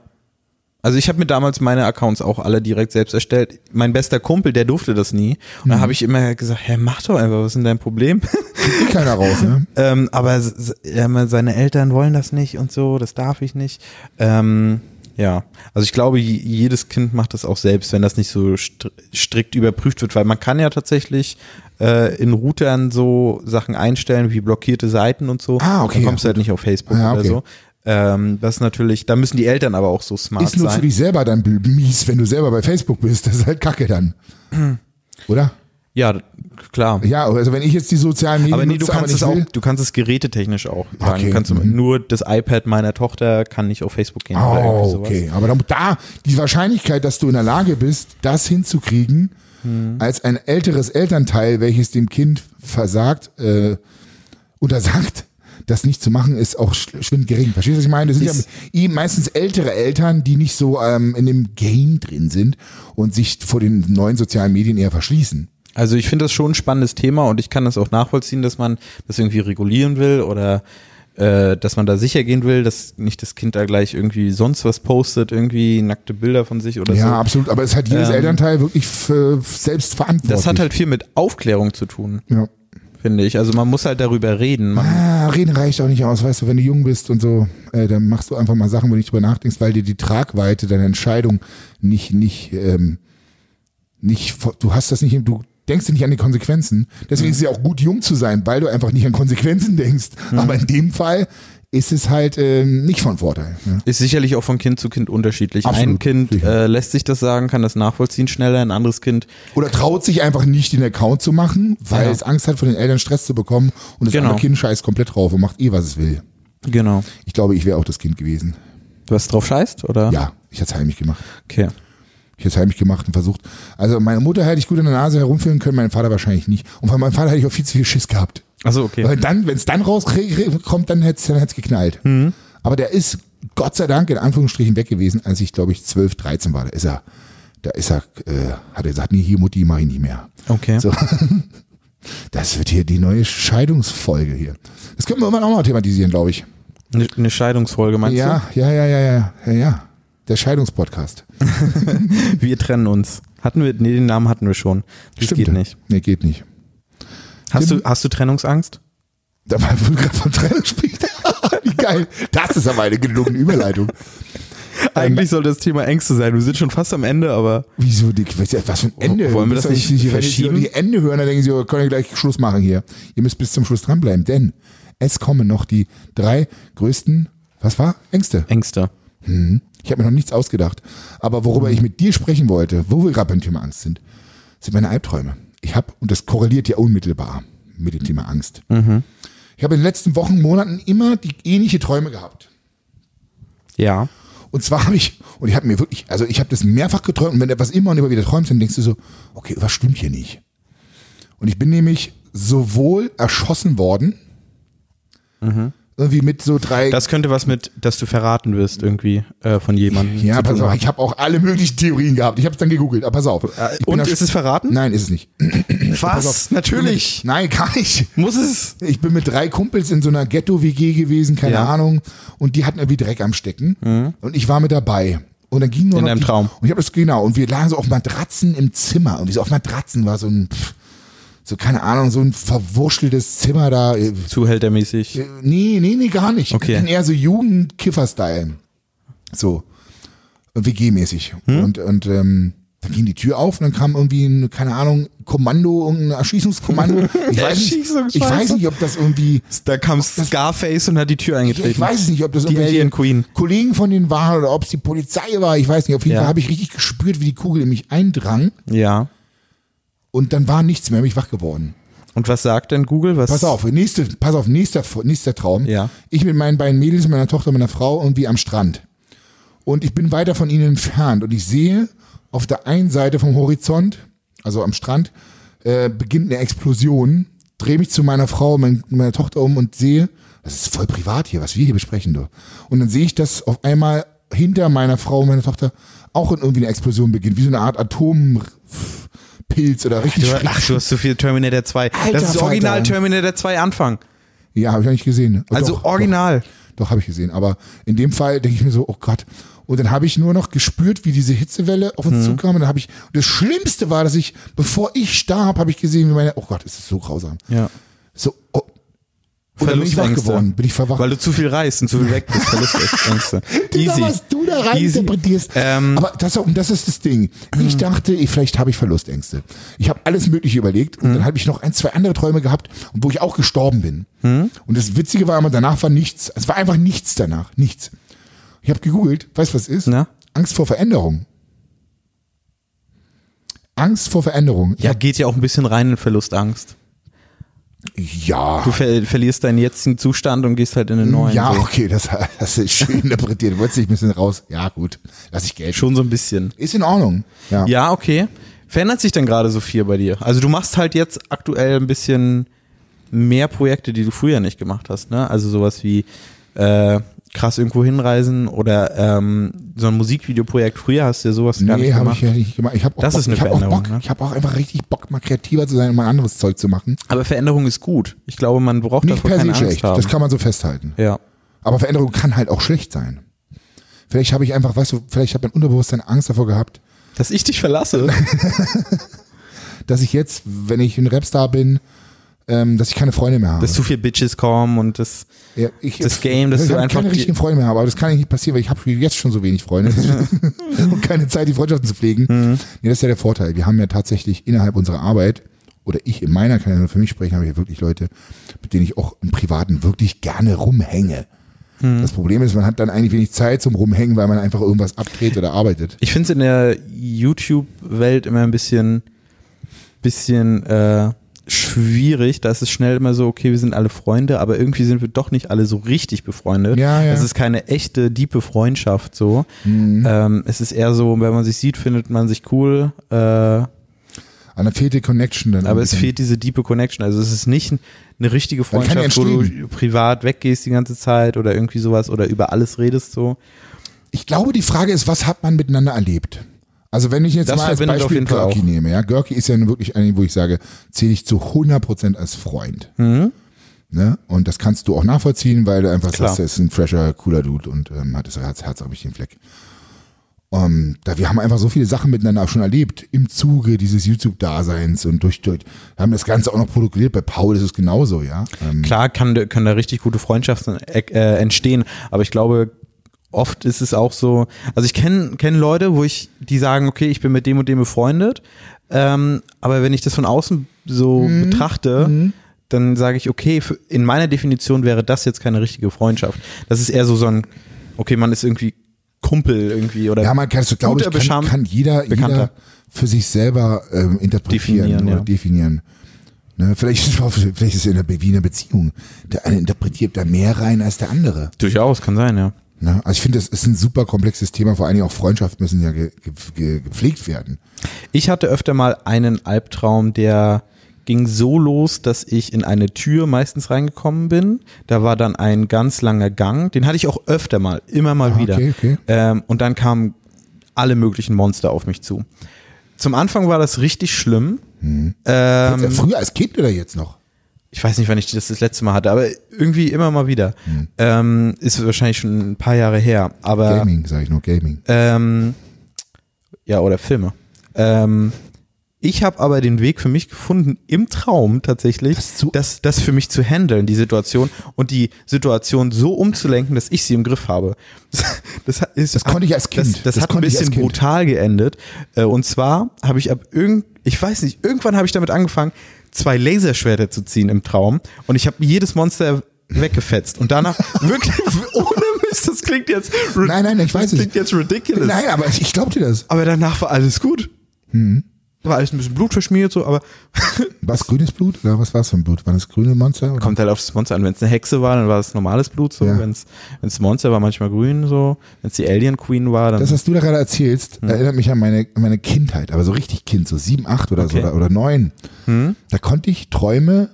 Also ich habe mir damals meine Accounts auch alle direkt selbst erstellt. Mein bester Kumpel, der durfte das nie. Und
Mhm.
da habe ich immer gesagt, hä, mach doch einfach, was ist denn dein Problem?
Geht keiner raus, ne?
ähm, aber s- s- ähm, seine Eltern wollen das nicht und so, das darf ich nicht. Ähm, ja, also ich glaube, j- jedes Kind macht das auch selbst, wenn das nicht so str- strikt überprüft wird, weil man kann ja tatsächlich äh, in Routern so Sachen einstellen wie blockierte Seiten und so.
Ah, okay,
Dann
ja,
kommst du halt nicht auf Facebook
Ja,
oder
okay.
so. Ähm, das ist natürlich, da müssen die Eltern aber auch so smart
Ist nur
sein.
für dich selber dann bl- mies, wenn du selber bei Facebook bist. Das ist halt Kacke dann. Oder?
Ja, d- klar.
Ja, also wenn ich jetzt die sozialen Medien
Aber nee, du
nutze,
kannst es auch,
aber nicht
du kannst es gerätetechnisch auch sagen.
Okay,
Du kannst
mhm.
nur das iPad meiner Tochter kann nicht auf Facebook gehen oder irgendwie
Oh,
sowas.
okay. Aber da, da die Wahrscheinlichkeit, dass du in der Lage bist, das hinzukriegen,
Hm.
als ein älteres Elternteil, welches dem Kind versagt, äh, untersagt, das nicht zu machen, ist auch sch- schwindend gering. Verstehst du, was ich meine? Das sind
Ist-
ja eh meistens ältere Eltern, die nicht so ähm, in dem Game drin sind und sich vor den neuen sozialen Medien eher verschließen.
Also ich finde das schon ein spannendes Thema und ich kann das auch nachvollziehen, dass man das irgendwie regulieren will oder äh, dass man da sicher gehen will, dass nicht das Kind da gleich irgendwie sonst was postet, irgendwie nackte Bilder von sich oder
Ja,
so.
absolut. Aber es hat jedes Elternteil wirklich für selbst verantwortlich.
Also ähm, Das hat halt viel mit Aufklärung zu tun,
Ja.
finde ich. Also man muss halt darüber reden. Man,
Ah, reden reicht auch nicht aus, weißt du, wenn du jung bist und so, äh, dann machst du einfach mal Sachen, wo du nicht drüber nachdenkst, weil dir die Tragweite deiner Entscheidung nicht, nicht, ähm, nicht, vor- du hast das nicht, im- du denkst nicht an die Konsequenzen.
Mhm.
Deswegen ist es ja auch gut, jung zu sein, weil du einfach nicht an Konsequenzen denkst.
Mhm.
Aber in dem Fall ist es halt ähm, nicht von Vorteil. Ne?
ist sicherlich auch von Kind zu Kind unterschiedlich.
Absolut,
Ein Kind
sicher.
äh, lässt sich das sagen, kann das nachvollziehen schneller, ein anderes Kind
Oder traut sich einfach nicht, den Account zu machen, weil
Ja.
es Angst hat, von den Eltern Stress zu bekommen und das
Genau.
andere Kind scheißt komplett drauf und macht eh, was es will.
Genau.
Ich glaube, ich wäre auch das Kind gewesen.
Was drauf scheißt, oder?
Ja, ich hätte es heimlich gemacht.
Okay.
Ich hätte es heimlich gemacht und versucht. Also meine Mutter hätte ich gut an der Nase herumführen können, mein Vater wahrscheinlich nicht. Und von meinem Vater hätte ich auch viel zu viel Schiss gehabt.
Also okay.
Weil dann, wenn es dann rauskommt, dann hätte es dann hätt's geknallt.
Mhm.
Aber der ist Gott sei Dank in Anführungsstrichen weg gewesen, als ich glaube ich 12, 13 war. Da ist er, da ist er, äh, hat er gesagt, nee, hier Mutti mache ich nicht mehr.
Okay.
So. Das wird hier die neue Scheidungsfolge hier. Das können wir irgendwann auch mal thematisieren, glaube ich.
Eine eine Scheidungsfolge meinst
Ja, ja, ja, ja, ja, ja, ja. Der Scheidungspodcast.
du? Wir trennen uns. Hatten wir, nee, den Namen hatten wir schon. Das
Stimmt.
geht nicht.
Nee, geht nicht.
Hast
Tim-
du, hast du Trennungsangst?
Da war wohl gerade von Trennung spricht. Wie geil. Das ist aber eine gelungene Überleitung.
Eigentlich soll das Thema Ängste sein. Wir sind schon fast am Ende, aber
Wieso dick? Was was für ein Ende?
Wollen wir das nicht
Wenn Sie- Wenn
verschieben?
Sie Ende hören, dann denken sie, wir können ja gleich Schluss machen hier. Ihr müsst bis zum Schluss dranbleiben, denn es kommen noch die drei größten, was war? Ängste.
Ängste.
Ich habe mir noch nichts ausgedacht. Aber worüber ich mit dir sprechen wollte, wo wir gerade beim Thema Angst sind, sind meine Albträume. Ich habe, und das korreliert ja unmittelbar mit dem Thema Angst.
Mhm.
Ich habe in den letzten Wochen, Monaten immer die ähnliche Träume gehabt.
Ja.
Und zwar habe ich, und ich habe mir wirklich, also ich habe das mehrfach geträumt und wenn du etwas immer und immer wieder träumst, dann denkst du so, okay, was stimmt hier nicht? Und ich bin nämlich sowohl erschossen worden, irgendwie mit so drei
Mhm. Das könnte was mit, dass du verraten wirst irgendwie äh, von jemandem.
Ja,
zu tun
pass auf,
haben.
ich habe auch alle möglichen Theorien gehabt. Ich habe es dann gegoogelt, aber pass auf.
Äh,
Ich bin
Und
ersch-
ist es verraten?
Nein, ist es nicht. Pass auf.
Was? Natürlich.
Nein, gar nicht.
Muss es?
Ich bin mit drei Kumpels in so einer Ghetto-WG gewesen, keine
Ja. Mhm.
Ahnung. Und die hatten irgendwie Dreck am Stecken. Und ich war mit dabei. Und dann ging nur
In
noch
einem
die,
Traum.
Und ich habe das, genau. Und wir lagen so auf Matratzen im Zimmer. Und so auf Matratzen war so ein, pff, so keine Ahnung, so ein verwurschteltes Zimmer da. äh,
Zuhältermäßig.
äh, Nee, nee, nee, gar nicht.
Okay.
Ich bin eher so Jugendkiffer-Style. So. WG-mäßig.
Hm?
Und, und ähm, dann ging die Tür auf und dann kam irgendwie ein, keine Ahnung, Kommando, ein Erschießungskommando. Ich weiß, nicht, ich
Erschießungsscheiße.
weiß nicht, ob das irgendwie.
Da kam Scarface und hat die Tür
Ja,
eingetreten.
ich weiß es nicht, ob das
Die
irgendwelche
Alien Queen.
Kollegen von denen waren oder ob es die Polizei war. Ich weiß nicht. Auf jeden
Ja.
Fall habe ich richtig gespürt, wie die Kugel in mich eindrang.
Ja.
Und dann war nichts mehr, bin ich wach geworden.
Und was sagt denn Google? Was
Pass auf, nächste, pass auf, nächster, nächster Traum.
Ja.
Ich mit meinen beiden Mädels, meiner Tochter, meiner Frau irgendwie am Strand. Und ich bin weiter von ihnen entfernt und ich sehe auf der einen Seite vom Horizont, also am Strand, äh, beginnt eine Explosion. Drehe mich zu meiner Frau, mein, meiner Tochter um und sehe, das ist voll privat hier, was wir hier besprechen, du. Und dann sehe ich, dass auf einmal hinter meiner Frau und meiner Tochter auch irgendwie eine Explosion beginnt, wie so eine Art Atompilz oder richtig.
Du, ach, du hast so viel Terminator 2.
Alter
das ist original
Falter.
Terminator 2 Anfang.
Ja, habe ich noch nicht gesehen.
Also
Doch, doch.
original.
Doch, habe ich gesehen. Aber in dem Fall denke ich mir so, oh Gott. Und dann habe ich nur noch gespürt, wie diese Hitzewelle auf
Mhm.
uns zukam. Und dann habe ich, und das Schlimmste war, dass ich, bevor ich starb, habe ich gesehen, wie meine, oh Gott, ist das so grausam.
Ja.
So, oh. Und dann bin ich wach
Verlustängste.
geworden, bin ich verwacht.
Weil du zu viel reißt und zu viel weg bist. Verlustängste.
Digga, Genau, was du da rein
Easy.
interpretierst.
Ähm, Mhm.
Aber das, und das ist das Ding. Ich dachte, ich, vielleicht habe ich Verlustängste. Ich habe alles Mögliche überlegt
Mhm.
und dann habe ich noch ein, zwei andere Träume gehabt, wo ich auch gestorben bin.
Mhm.
Und das Witzige war immer, danach war nichts. Es war einfach nichts danach. Nichts. Ich habe gegoogelt, weißt du, was ist?
Na?
Angst vor Veränderung. Angst vor Veränderung.
ja, geht ja auch ein bisschen rein in Verlustangst.
Ja.
Du ver verlierst deinen jetzigen Zustand und gehst halt in den neuen.
Hm, ja,
so.
okay, das, das ist schön interpretiert. Du wolltest dich ein bisschen raus. Ja, gut. Lass ich Geld.
Schon so ein bisschen.
Ist in Ordnung. Ja.
Ja, okay. Verändert sich denn gerade so viel bei dir? Also du machst halt jetzt aktuell ein bisschen mehr Projekte, die du früher nicht gemacht hast, ne? Also sowas wie äh, krass irgendwo hinreisen oder ähm, so ein Musikvideoprojekt. Früher hast du ja sowas gar
nee,
nicht
habe
gemacht.
ich ja nicht gemacht. Ich habe auch,
Das
Bock-
ist eine
ich hab auch,
Veränderung,
Bock,
ne?
ich hab auch einfach richtig Bock, mal kreativer zu sein und mal anderes Zeug zu machen.
Aber Veränderung ist gut. Ich glaube, man braucht
Nicht
davor
per
keine
se
Angst
schlecht,
haben.
das kann man so festhalten.
ja.
Aber Veränderung kann halt auch schlecht sein. Vielleicht habe ich einfach, weißt du, vielleicht hat mein Unterbewusstsein Angst davor gehabt,
Dass ich dich verlasse.
dass ich jetzt, wenn ich ein Rapstar bin, ähm, dass ich keine Freunde mehr habe.
dass zu viel Bitches kommen und das.
ja, ich,
das Game, dass
ich
du
habe
einfach
keine
die-
richtigen Freunde mehr habe, aber das kann nicht passieren, weil ich habe jetzt schon so wenig Freunde und keine Zeit, die Freundschaften zu pflegen.
Mhm.
Nee, das ist ja der Vorteil. Wir haben ja tatsächlich innerhalb unserer Arbeit, oder ich in meiner, kann ja nur für mich sprechen, habe ich ja wirklich Leute, mit denen ich auch im Privaten wirklich gerne rumhänge.
Mhm.
Das Problem ist, man hat dann eigentlich wenig Zeit zum Rumhängen, weil man einfach irgendwas abdreht oder arbeitet.
Ich finde es in der YouTube-Welt immer ein bisschen, bisschen äh, schwierig. Da ist es schnell immer so, okay, wir sind alle Freunde, aber irgendwie sind wir doch nicht alle so richtig befreundet.
Ja, ja. Mhm.
Es ist keine echte, diepe Freundschaft so. Ähm, es ist eher so, wenn man sich sieht, findet man sich cool. Äh,
An der fehlt die Connection dann.
Aber es
irgendwie.
fehlt diese diepe Connection. Also es ist nicht eine richtige
Weil die Mhm. kann ja
Freundschaft, wo du privat weggehst die ganze Zeit oder irgendwie sowas oder über alles redest so.
Ich glaube, die Frage ist, was hat man miteinander erlebt? Also wenn ich jetzt
Das
mal als
verbindet auf
Beispiel
jeden Fall
Görki
auch.
nehme, ja, Görki ist ja nun wirklich eine, wo ich sage, zähle ich zu 100% als Freund. Ne? Und das kannst du auch nachvollziehen, weil du einfach
Mhm. Klar.
sagst, er ist ein fresher, cooler Dude und ähm, hat das Herz, Herz habe ich den Fleck. Ähm, da, wir haben einfach so viele Sachen miteinander auch schon erlebt im Zuge dieses YouTube-Daseins und durch, durch haben das Ganze auch noch protokolliert. Bei Paul ist es genauso, ja. Ähm,
Klar kann, können da richtig gute Freundschaften äh, äh, entstehen, aber ich glaube, oft ist es auch so, also ich kenne kenn Leute, wo ich, die sagen, okay, ich bin mit dem und dem befreundet, ähm, aber wenn ich das von außen so
Mhm.
betrachte, dann sage ich, okay, für, in meiner Definition wäre das jetzt keine richtige Freundschaft. Das ist eher so so ein, okay, man ist irgendwie Kumpel irgendwie oder
Ja, man kann es, glaube ich,
Guter
kann,
Bescham-
kann jeder, jeder
Bekannter.
für sich selber ähm, interpretieren
Definieren,
oder
ja.
definieren. Ne, vielleicht, ist- vielleicht ist es in der Wiener Beziehung. Der eine interpretiert da mehr rein als der andere.
Durchaus, kann sein, ja.
Ne? Also ich finde, das ist ein super komplexes Thema. Vor allen Dingen auch Freundschaften müssen ja ge, ge, ge, gepflegt werden.
Ich hatte öfter mal einen Albtraum, der ging so los, dass ich in eine Tür meistens reingekommen bin. Da war dann ein ganz langer Gang. Den hatte ich auch öfter mal, immer mal
Ah,
wieder.
okay, okay.
Ähm, und dann kamen alle möglichen Monster auf mich zu. Zum Anfang war das richtig schlimm.
Mhm.
Ähm,
Ja, Früher als Kind oder jetzt noch?
ich weiß nicht, wann ich das das letzte Mal hatte, aber irgendwie immer mal wieder.
Mhm.
Ähm, ist wahrscheinlich schon ein paar Jahre her. Aber
Gaming, sage ich nur, Gaming.
ähm, ja, oder Filme. Ähm, ich habe aber den Weg für mich gefunden, im Traum tatsächlich,
Das zu-
das, das für mich zu handeln, die Situation, und die Situation so umzulenken, dass ich sie im Griff habe. Das, hat- ist,
Das konnte ich als Kind.
Das, das,
Das
hat ein
konnte ich als
bisschen
Kind.
brutal geendet. Äh, Und zwar habe ich ab irgend, ich weiß nicht, irgendwann habe ich damit angefangen, zwei Laserschwerter zu ziehen im Traum. Und ich habe jedes Monster weggefetzt. Und danach wirklich, ohne Mist, das klingt jetzt, ri-
Nein, nein, ich weiß
das
es.
klingt jetzt ridiculous.
Nein, aber ich, ich glaub dir das.
Aber danach war alles gut.
Hm.
War alles ein bisschen blutverschmiert, so, aber
War es grünes Blut oder was war es für ein Blut? War das grüne Monster? Oder?
kommt halt aufs Monster an. Wenn es eine Hexe war, dann war es normales Blut, so.
Ja.
Wenn es Monster war, manchmal grün, so. Wenn es die Alien Queen war, dann.
Das, was du da gerade erzählst,
Hm.
erinnert mich an meine, an meine Kindheit, aber so richtig Kind, so sieben, acht oder so
Okay. Hm.
oder, oder neun. Da konnte ich Träume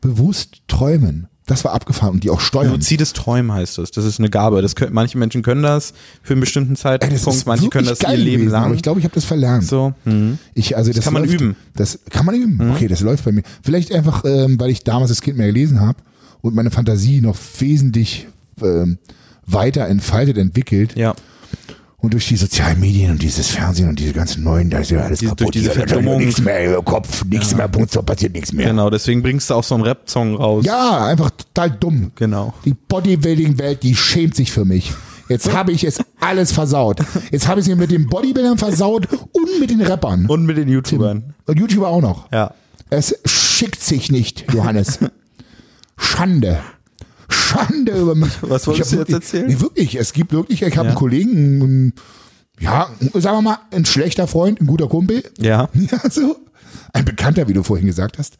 bewusst träumen. Das war abgefahren und die auch steuern.
Luzides Träumen heißt das. Das ist eine Gabe. Das können, manche Menschen können das für einen bestimmten
Ey,
Zeitpunkt,
das ist
manche
wirklich
können das ihr
geil
Leben
gewesen,
lang.
Aber ich glaube, ich habe das verlernt.
so. Mhm.
Ich, also das,
kann man
läuft,
üben. Hm.
Das kann man üben. Okay, das läuft bei mir. Vielleicht einfach, ähm, weil ich damals als Kind mehr gelesen habe und meine Fantasie noch wesentlich ähm, weiter entfaltet, entwickelt.
Ja.
Und durch die sozialen Medien und dieses Fernsehen und diese ganzen neuen, da ist ja alles
Diese-
kaputt.
durch diese
Hier ist natürlich
Verdummung.
Nichts mehr im Kopf, nichts mehr, Punkt, so passiert nichts mehr.
Genau, deswegen bringst du auch so einen Rap-Song raus.
Ja, einfach total dumm.
Genau.
Die Bodybuilding-Welt, die schämt sich für mich. Jetzt habe ich es alles versaut. Jetzt habe ich es mir mit den Bodybuildern versaut und mit den Rappern.
Und mit den YouTubern.
Und YouTuber auch noch.
Ja.
Es schickt sich nicht, Johannes. Schande. Schande über mich.
Was
Ich
wolltest
hab
du jetzt
wirklich-
erzählen?
Nee, wirklich, es gibt wirklich, ich habe
Ja.
einen Kollegen, einen, ja, sagen wir mal, ein schlechter Freund, ein guter Kumpel.
Ja.
Ja, so. Ein Bekannter, wie du vorhin gesagt hast.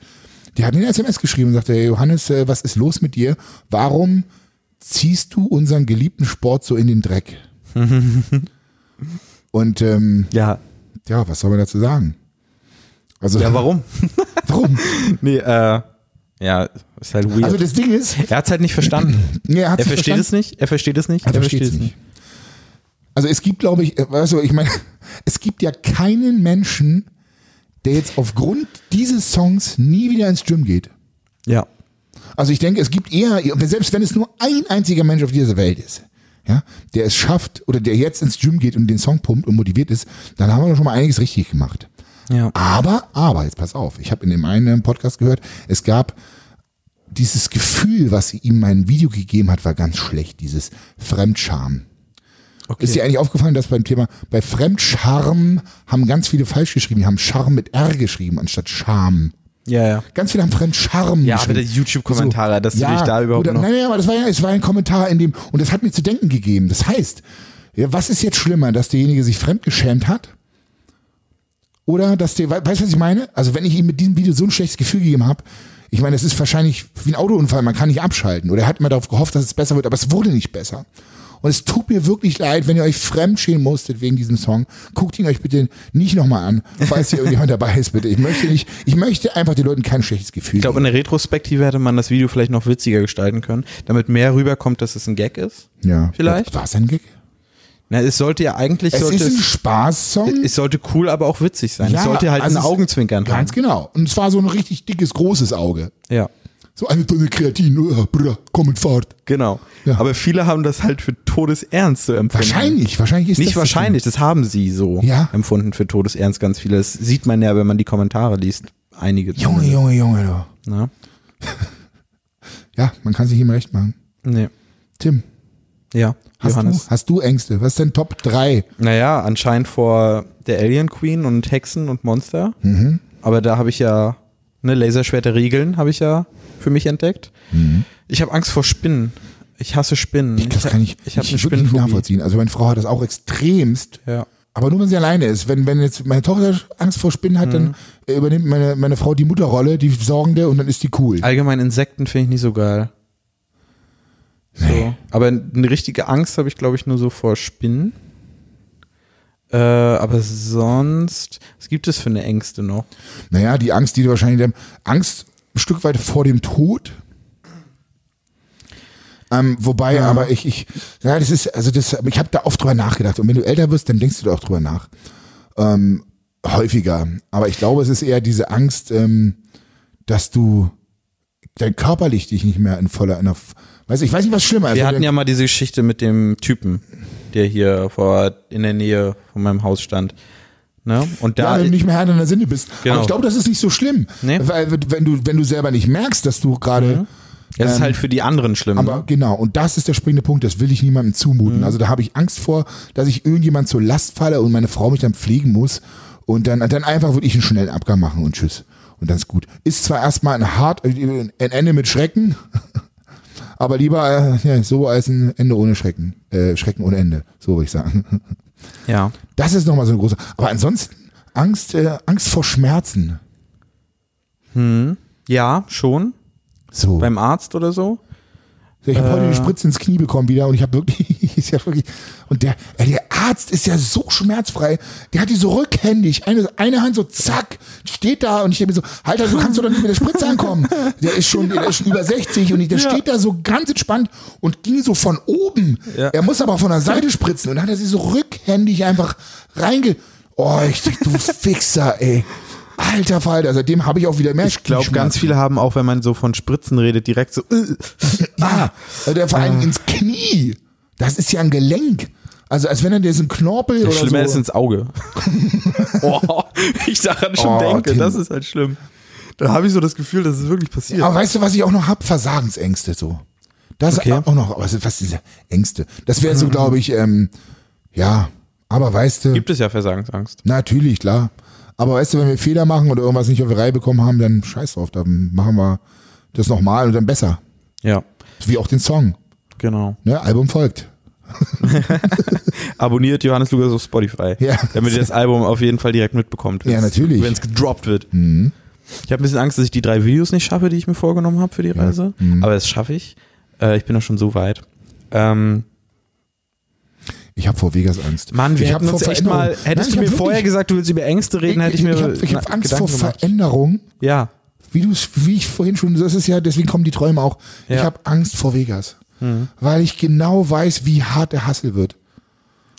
Der hat mir eine SMS geschrieben und sagte, hey Johannes, äh, was ist los mit dir? Warum ziehst du unseren geliebten Sport so in den Dreck? und ähm,
Ja.
ja, was soll man dazu sagen? Also
Ja, warum?
warum?
nee, äh, Ja, ist halt weird.
Also das Ding ist,
er hat es halt nicht verstanden.
nee, er hat
er versteht es nicht, er versteht es nicht,
Er versteht es nicht. Also es gibt, glaube ich, äh, also ich meine, es gibt ja keinen Menschen, der jetzt aufgrund dieses Songs nie wieder ins Gym geht.
Ja.
Also ich denke, es gibt eher, selbst wenn es nur ein einziger Mensch auf dieser Welt ist, ja, der es schafft oder der jetzt ins Gym geht und den Song pumpt und motiviert ist, dann haben wir doch schon mal einiges richtig gemacht.
Ja.
Aber, aber, jetzt pass auf, ich habe in dem einen Podcast gehört, es gab dieses Gefühl, was sie ihm mein Video gegeben hat, war ganz schlecht, dieses Fremdscham.
Okay.
Ist dir eigentlich aufgefallen, dass beim Thema, bei Fremdscham haben ganz viele falsch geschrieben, die haben Charme mit R geschrieben, anstatt Scham.
ja, ja.
Ganz viele haben Fremdscham
Ja, aber
geschrieben.
der YouTube-Kommentare, dass du dich da überhaupt
Also,
noch.
oder, Nein, nein, aber das war ja, es war ein Kommentar in dem, und das hat mir zu denken gegeben. Das heißt, ja, was ist jetzt schlimmer, dass derjenige sich fremdgeschämt hat? Oder dass der, we- weißt du, was ich meine? Also wenn ich ihm mit diesem Video so ein schlechtes Gefühl gegeben habe, ich meine, es ist wahrscheinlich wie ein Autounfall, man kann nicht abschalten. Oder er hat immer darauf gehofft, dass es besser wird, aber es wurde nicht besser. Und es tut mir wirklich leid, wenn ihr euch fremdschämen musstet wegen diesem Song. Guckt ihn euch bitte nicht nochmal an, falls hier irgendjemand dabei ist, bitte. Ich möchte nicht, ich möchte einfach den Leuten kein schlechtes Gefühl
Ich glaube, in der Retrospektive hätte man das Video vielleicht noch witziger gestalten können, damit mehr rüberkommt, dass es ein Gag ist.
Ja.
Vielleicht?
War es ein Gag?
Na, es sollte ja eigentlich,
Es
sollte
ist ein
es,
Spaßsong.
es sollte cool, aber auch witzig sein.
Ja,
es sollte halt
also
einen
es-
Augenzwinkern haben.
Ganz genau. Und es war so ein richtig dickes, großes Auge.
Ja,
So eine Tonne Kreatin, uh, Bruder, komm in Fahrt.
genau.
Ja.
Aber viele haben das halt für todesernst so empfunden.
Wahrscheinlich, wahrscheinlich ist
Nicht
das
wahrscheinlich, das haben sie so
Ja.
empfunden für todesernst ganz viele. Das sieht man ja, wenn man die Kommentare liest. Einige. ne?
Das Junge, Junge, Junge, du.
Na?
Ja, man kann sich ihm recht machen.
Nee.
Tim,
Ja,
hast du,
Johannes.
hast du Ängste? Was ist denn Top 3?
Naja, anscheinend vor der Alien Queen und Hexen und Monster.
Mhm.
Aber da habe ich ja ne Laserschwerte Riegeln habe ich ja für mich entdeckt. Ich habe Angst vor Spinnen. Ich hasse Spinnen. Ich,
Das
hab-
kann Mhm. ich,
ich habe eine
wirklich nicht
Spinnenphobie.
nachvollziehen. Also meine Frau hat das auch extremst.
Ja.
Aber nur wenn sie alleine ist. Wenn, wenn jetzt meine Tochter Angst vor Spinnen hat, dann
Mhm.
äh, übernimmt meine, meine Frau die Mutterrolle, die Sorgende, und dann ist die cool.
Allgemein Insekten finde ich nicht so geil. So. Aber eine richtige Angst habe ich, glaube ich, nur so vor Spinnen. Äh, aber sonst, was gibt es für eine Ängste noch?
Naja, die Angst, die du wahrscheinlich haben. Angst ein Stück weit vor dem Tod. Ähm, wobei, aber ich, ich, ja, das ist, also das, ich habe da oft drüber nachgedacht. Und wenn du älter wirst, dann denkst du da auch drüber nach. Ähm, häufiger. Aber ich glaube, es ist eher diese Angst, ähm, dass du dein körperlich dich nicht mehr in voller, in einer, weiß ich weiß nicht, was schlimmer ist.
Wir
Wenn
hatten
du-
ja mal diese Geschichte mit dem Typen, der hier vor, in der Nähe von meinem Haus stand. Ne? Und
ja,
da,
wenn du nicht mehr Herr deiner Sinne bist.
Genau.
Aber ich glaube, das ist nicht so schlimm.
Nee.
Weil, wenn du, wenn du selber nicht merkst, dass du gerade,
das ist halt für die anderen schlimm.
Aber
ne?
genau, und das ist der springende Punkt, das will ich niemandem zumuten. Also da habe ich Angst vor, dass ich irgendjemand zur Last falle und meine Frau mich dann pflegen muss und dann, dann einfach würde ich einen schnellen Abgang machen und tschüss. Und dann ist gut. Ist zwar erstmal ein hart, äh, ein Ende mit Schrecken, aber lieber äh, ja, so als ein Ende ohne Schrecken. Äh, Schrecken ohne Ende, so würde ich sagen.
ja.
Das ist nochmal so eine große. Aber ansonsten Angst, äh, Angst vor Schmerzen.
ja, schon.
So.
Beim Arzt oder so.
Ich habe
Äh.
heute eine Spritze ins Knie bekommen wieder und ich habe wirklich, ist ja wirklich, und der, ey, der Arzt ist ja so schmerzfrei, der hat die so rückhändig, eine, eine Hand so zack, steht da und ich denke mir so, Alter, du kannst doch nicht mit der Spritze ankommen. Der ist schon, der ist schon über 60 und ich, der steht da so ganz entspannt und ging so von oben.
Ja.
Er muss aber von der Seite spritzen und dann hat er sie so rückhändig einfach reinge... Oh, ich denk, du Fixer, ey. Alter Falter, seitdem habe ich auch wieder mehr
Ich glaube, ganz
Knieschmerzen.
viele haben auch, wenn man so von Spritzen redet, direkt so. äh,
Ja, also der vor allem ins Knie. Das ist ja ein Gelenk. Also als wenn er dir so einen Knorpel oder
Schlimmer ist
so.
ins Auge. oh, ich daran schon
Oh,
denke,
Tim.
das ist halt schlimm. Da habe ich so das Gefühl, dass es wirklich passiert.
Aber weißt du, was ich auch noch hab? Versagensängste so. Das
Okay. Mhm.
auch noch, aber was sind diese Ängste? Das wäre so, glaube ich, ähm, ja, aber weißt du,
Gibt es ja Versagensangst.
natürlich, klar. Aber weißt du, wenn wir Fehler machen oder irgendwas nicht auf die Reihe bekommen haben, dann scheiß drauf, dann machen wir das nochmal und dann besser.
Ja,
Wie auch den Song.
genau.
Ne? Album folgt.
Abonniert Johannes Lukas auf Spotify,
Ja.
damit ihr das Album auf jeden Fall direkt mitbekommt.
Ja, natürlich. Mhm.
Wenn es gedroppt wird. Ich habe ein bisschen Angst, dass ich die drei Videos nicht schaffe, die ich mir vorgenommen habe für die Reise.
Mhm.
Aber das schaffe ich. Äh, ich bin da schon so weit. Ähm,
Ich habe vor Vegas Angst.
Mann, wir
ich hab
hätten
vor
uns echt
Veränderung-
mal. Hättest
Nein, ich
du mir
hab
vorher
wirklich-
gesagt, du willst über Ängste reden, hätte ich, mir.
Ich, ich, ich habe
na-
Angst
Gedanken
vor
gemacht.
Veränderung
Ja.
wie du es- wie ich vorhin schon, das ist ja, deswegen kommen die Träume auch. Ich
Ja. Mhm.
habe Angst vor Vegas, weil ich genau weiß, wie hart der Hassel wird.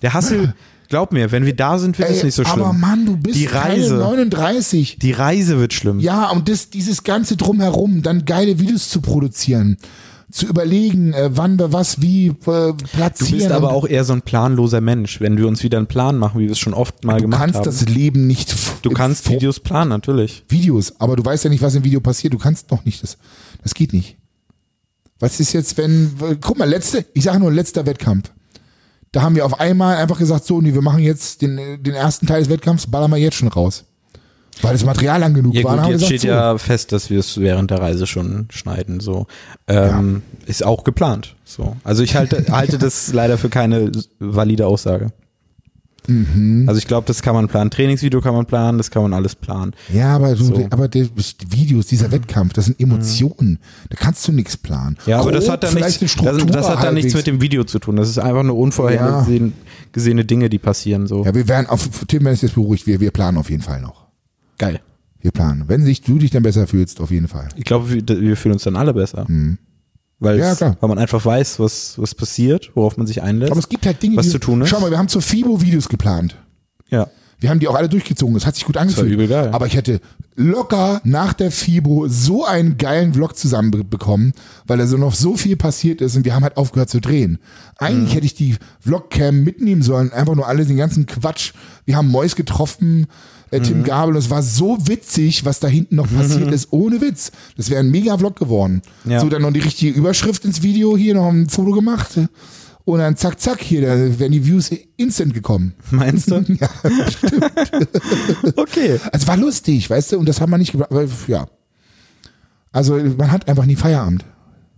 Der Hassel, glaub mir, wenn wir da sind, wird es
Ey,
nicht so schlimm.
Aber Mann, du bist
Die Reise.
keine 39.
Die Reise wird schlimm.
Ja, und das, dieses ganze Drumherum, dann geile Videos zu produzieren, zu überlegen, äh, wann wir was wie äh,
Du
platzieren.
bist aber auch eher so ein planloser Mensch, wenn wir uns wieder einen Plan machen, wie wir es schon oft mal
du
gemacht
kannst
haben.
das Leben nicht. f-
du kannst
vor-
Videos planen, natürlich.
Videos, aber du weißt ja nicht, was im Video passiert. Du kannst noch nicht das. Das geht nicht. Was ist jetzt, wenn, guck mal, letzte, ich sage nur letzter Wettkampf. Da haben wir auf einmal einfach gesagt, so, nee, wir machen jetzt den, den ersten Teil des Wettkampfs, ballern wir jetzt schon raus. Weil das Material lang genug war. dann haben wir
jetzt
gesagt,
steht
so.
ja fest, dass wir es während der Reise schon schneiden. So ähm, ist auch geplant. So, also ich halte, halte das leider für keine valide Aussage.
Mhm.
Also ich glaube, das kann man planen. Trainingsvideo kann man planen, das kann man alles planen.
Ja, aber, du,
So. Mhm.
aber die die Videos, dieser Wettkampf, das sind Emotionen. Da kannst du nichts planen.
Ja, aber
Grob
das hat dann nichts,
oh, vielleicht eine
das,
Struktur
das hat dann nichts
halbwegs.
mit dem Video zu tun. Das ist einfach nur unvorhergesehen gesehene Dinge, die passieren. So
Ja, wir werden auf Tim, wenn es jetzt beruhigt, wir, wir planen auf jeden Fall noch.
geil.
Wir planen. Wenn sich du dich dann besser fühlst, auf jeden Fall.
Ich glaube, wir, wir fühlen uns dann alle besser. Weil,
Mhm. Ja,
es,
klar.
weil man einfach weiß, was, was passiert, worauf man sich einlässt.
Aber es gibt halt Dinge,
Was
die,
zu tun ist?
Schau mal, wir haben zur FIBO Videos geplant.
ja.
Wir haben die auch alle durchgezogen. Das hat sich gut angefühlt.
übel geil.
Aber ich hätte locker nach der FIBO so einen geilen Vlog zusammenbekommen, weil da so noch so viel passiert ist und wir haben halt aufgehört zu drehen.
Mhm.
Eigentlich hätte ich die Vlogcam mitnehmen sollen, einfach nur alles, den ganzen Quatsch. Wir haben Mois getroffen, äh,
Mhm.
Tim Gabel, und es war so witzig, was da hinten noch passiert ist, ohne Witz. Das wäre ein mega Vlog geworden.
Ja.
So, dann noch die richtige Überschrift ins Video, hier noch ein Foto gemacht. Und dann zack, zack, hier, da wären die Views instant gekommen.
Meinst du?
Ja,
Okay.
Also war lustig, weißt du, und das haben wir nicht gebracht, weil, ja. Also man hat einfach nie Feierabend.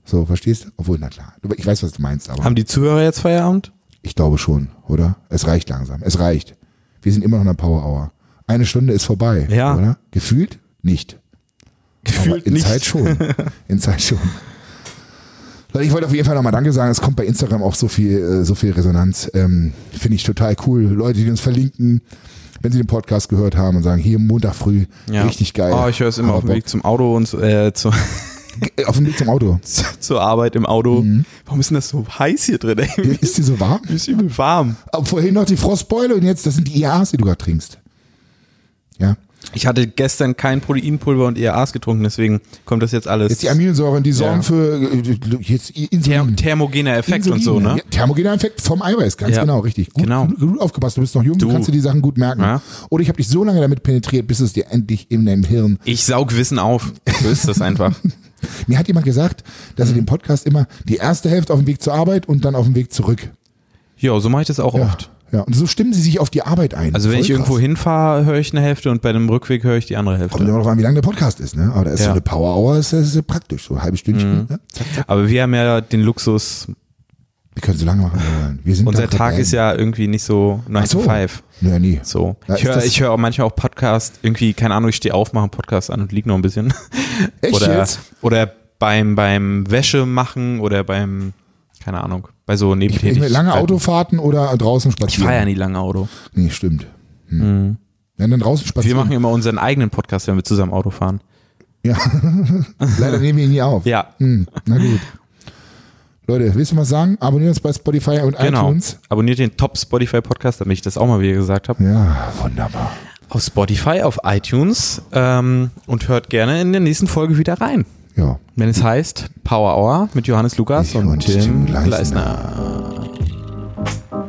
So, verstehst du? Obwohl, na klar. Du- Ich weiß, was du meinst, aber
Haben die Zuhörer jetzt Feierabend?
ich glaube schon, oder? Es reicht langsam. Es reicht. Wir sind immer noch in der Power Hour. Eine Stunde ist vorbei,
Ja.
oder? Gefühlt nicht.
Gefühlt
aber in
nicht.
Zeit schon. In Zeit schon. Leute, ich wollte auf jeden Fall nochmal Danke sagen. Es kommt bei Instagram auch so viel, äh, so viel Resonanz. Ähm, Finde ich total cool. Leute, die uns verlinken, wenn sie den Podcast gehört haben und sagen, hier Montag früh,
Ja.
richtig geil.
Oh, ich höre es immer
Aber
auf dem Weg zum Auto und zu, äh, zu,
Bock. Äh, Auf dem Weg zum Auto.
zu, zur Arbeit im Auto.
Mhm.
Warum ist denn das so heiß hier drin? Ey? Mir
Ist die so warm?
ist übel warm.
Aber vorhin noch die Frostbeule und jetzt, das sind die IAs, die du gerade trinkst. Ja.
Ich hatte gestern kein Proteinpulver und ERAs getrunken, deswegen kommt das jetzt alles.
Jetzt die Aminosäuren, die sorgen
Ja.
für äh, jetzt
Ther
Insulin.
thermogener Effekt
Insulin,
und so, ne?
Ja, thermogener Effekt vom Eiweiß, ganz
Ja.
genau, richtig. Gut,
Genau.
gut, gut aufgepasst, du bist noch jung, du
Du.
kannst dir die Sachen gut merken.
Ja.
Oder ich habe dich so lange damit penetriert, bis es dir endlich in deinem Hirn.
Ich saug Wissen auf. So ist das einfach.
Mir hat jemand gesagt, dass
Mhm.
er den Podcast immer die erste Hälfte auf dem Weg zur Arbeit und dann auf dem Weg zurück.
Ja, so mache ich das auch
Ja.
oft.
ja. Und so stimmen sie sich auf die Arbeit ein.
Also wenn
Voll
ich irgendwo
krass.
hinfahre, höre ich eine Hälfte und bei dem Rückweg höre ich die andere
Kommt
Hälfte.
immer noch an, wie lang der Podcast ist, ne? Aber da ist so
Ja. Mhm.
eine Power Hour, ist, das ist praktisch, so ein halbes Stündchen. Ne? Zack, zack.
Aber wir haben ja den Luxus,
Wir können so lange machen, wie wir wollen. Wir sind
unser
da
Tag
Rebellen.
ist ja irgendwie nicht so 9
Ach so.
to 5.
Ja, nie.
So.
Ja,
ich
ist
höre
das-
ich höre auch manchmal auch Podcast, irgendwie, keine Ahnung, ich stehe auf, mache einen Podcast an und liege noch ein bisschen.
Echt
oder,
jetzt?
oder beim, beim Wäsche machen oder beim, keine Ahnung, bei so
Ich
Nebentätigkeiten.
mit lange Autofahrten oder draußen
Ich
spazieren.
fahre ja nie lange Auto.
Nee, stimmt. Hm. Ja, dann draußen
Mhm. Wir
spazieren.
machen immer unseren eigenen Podcast, wenn wir zusammen Auto fahren.
Ja. Leider nehmen wir ihn nie auf.
Ja,
Hm, na gut. Leute, willst du was sagen? Abonniert uns bei Spotify und
genau.
iTunes.
Abonniert den Top Spotify Podcast, damit ich das auch mal wieder gesagt habe.
Ja, wunderbar.
Auf Spotify, auf iTunes ähm, und hört gerne in der nächsten Folge wieder rein.
Ja.
Wenn es heißt Power Hour mit Johannes Lukas
Ich
und,
und
Tim
Tim
Gleisner.
Gleisner.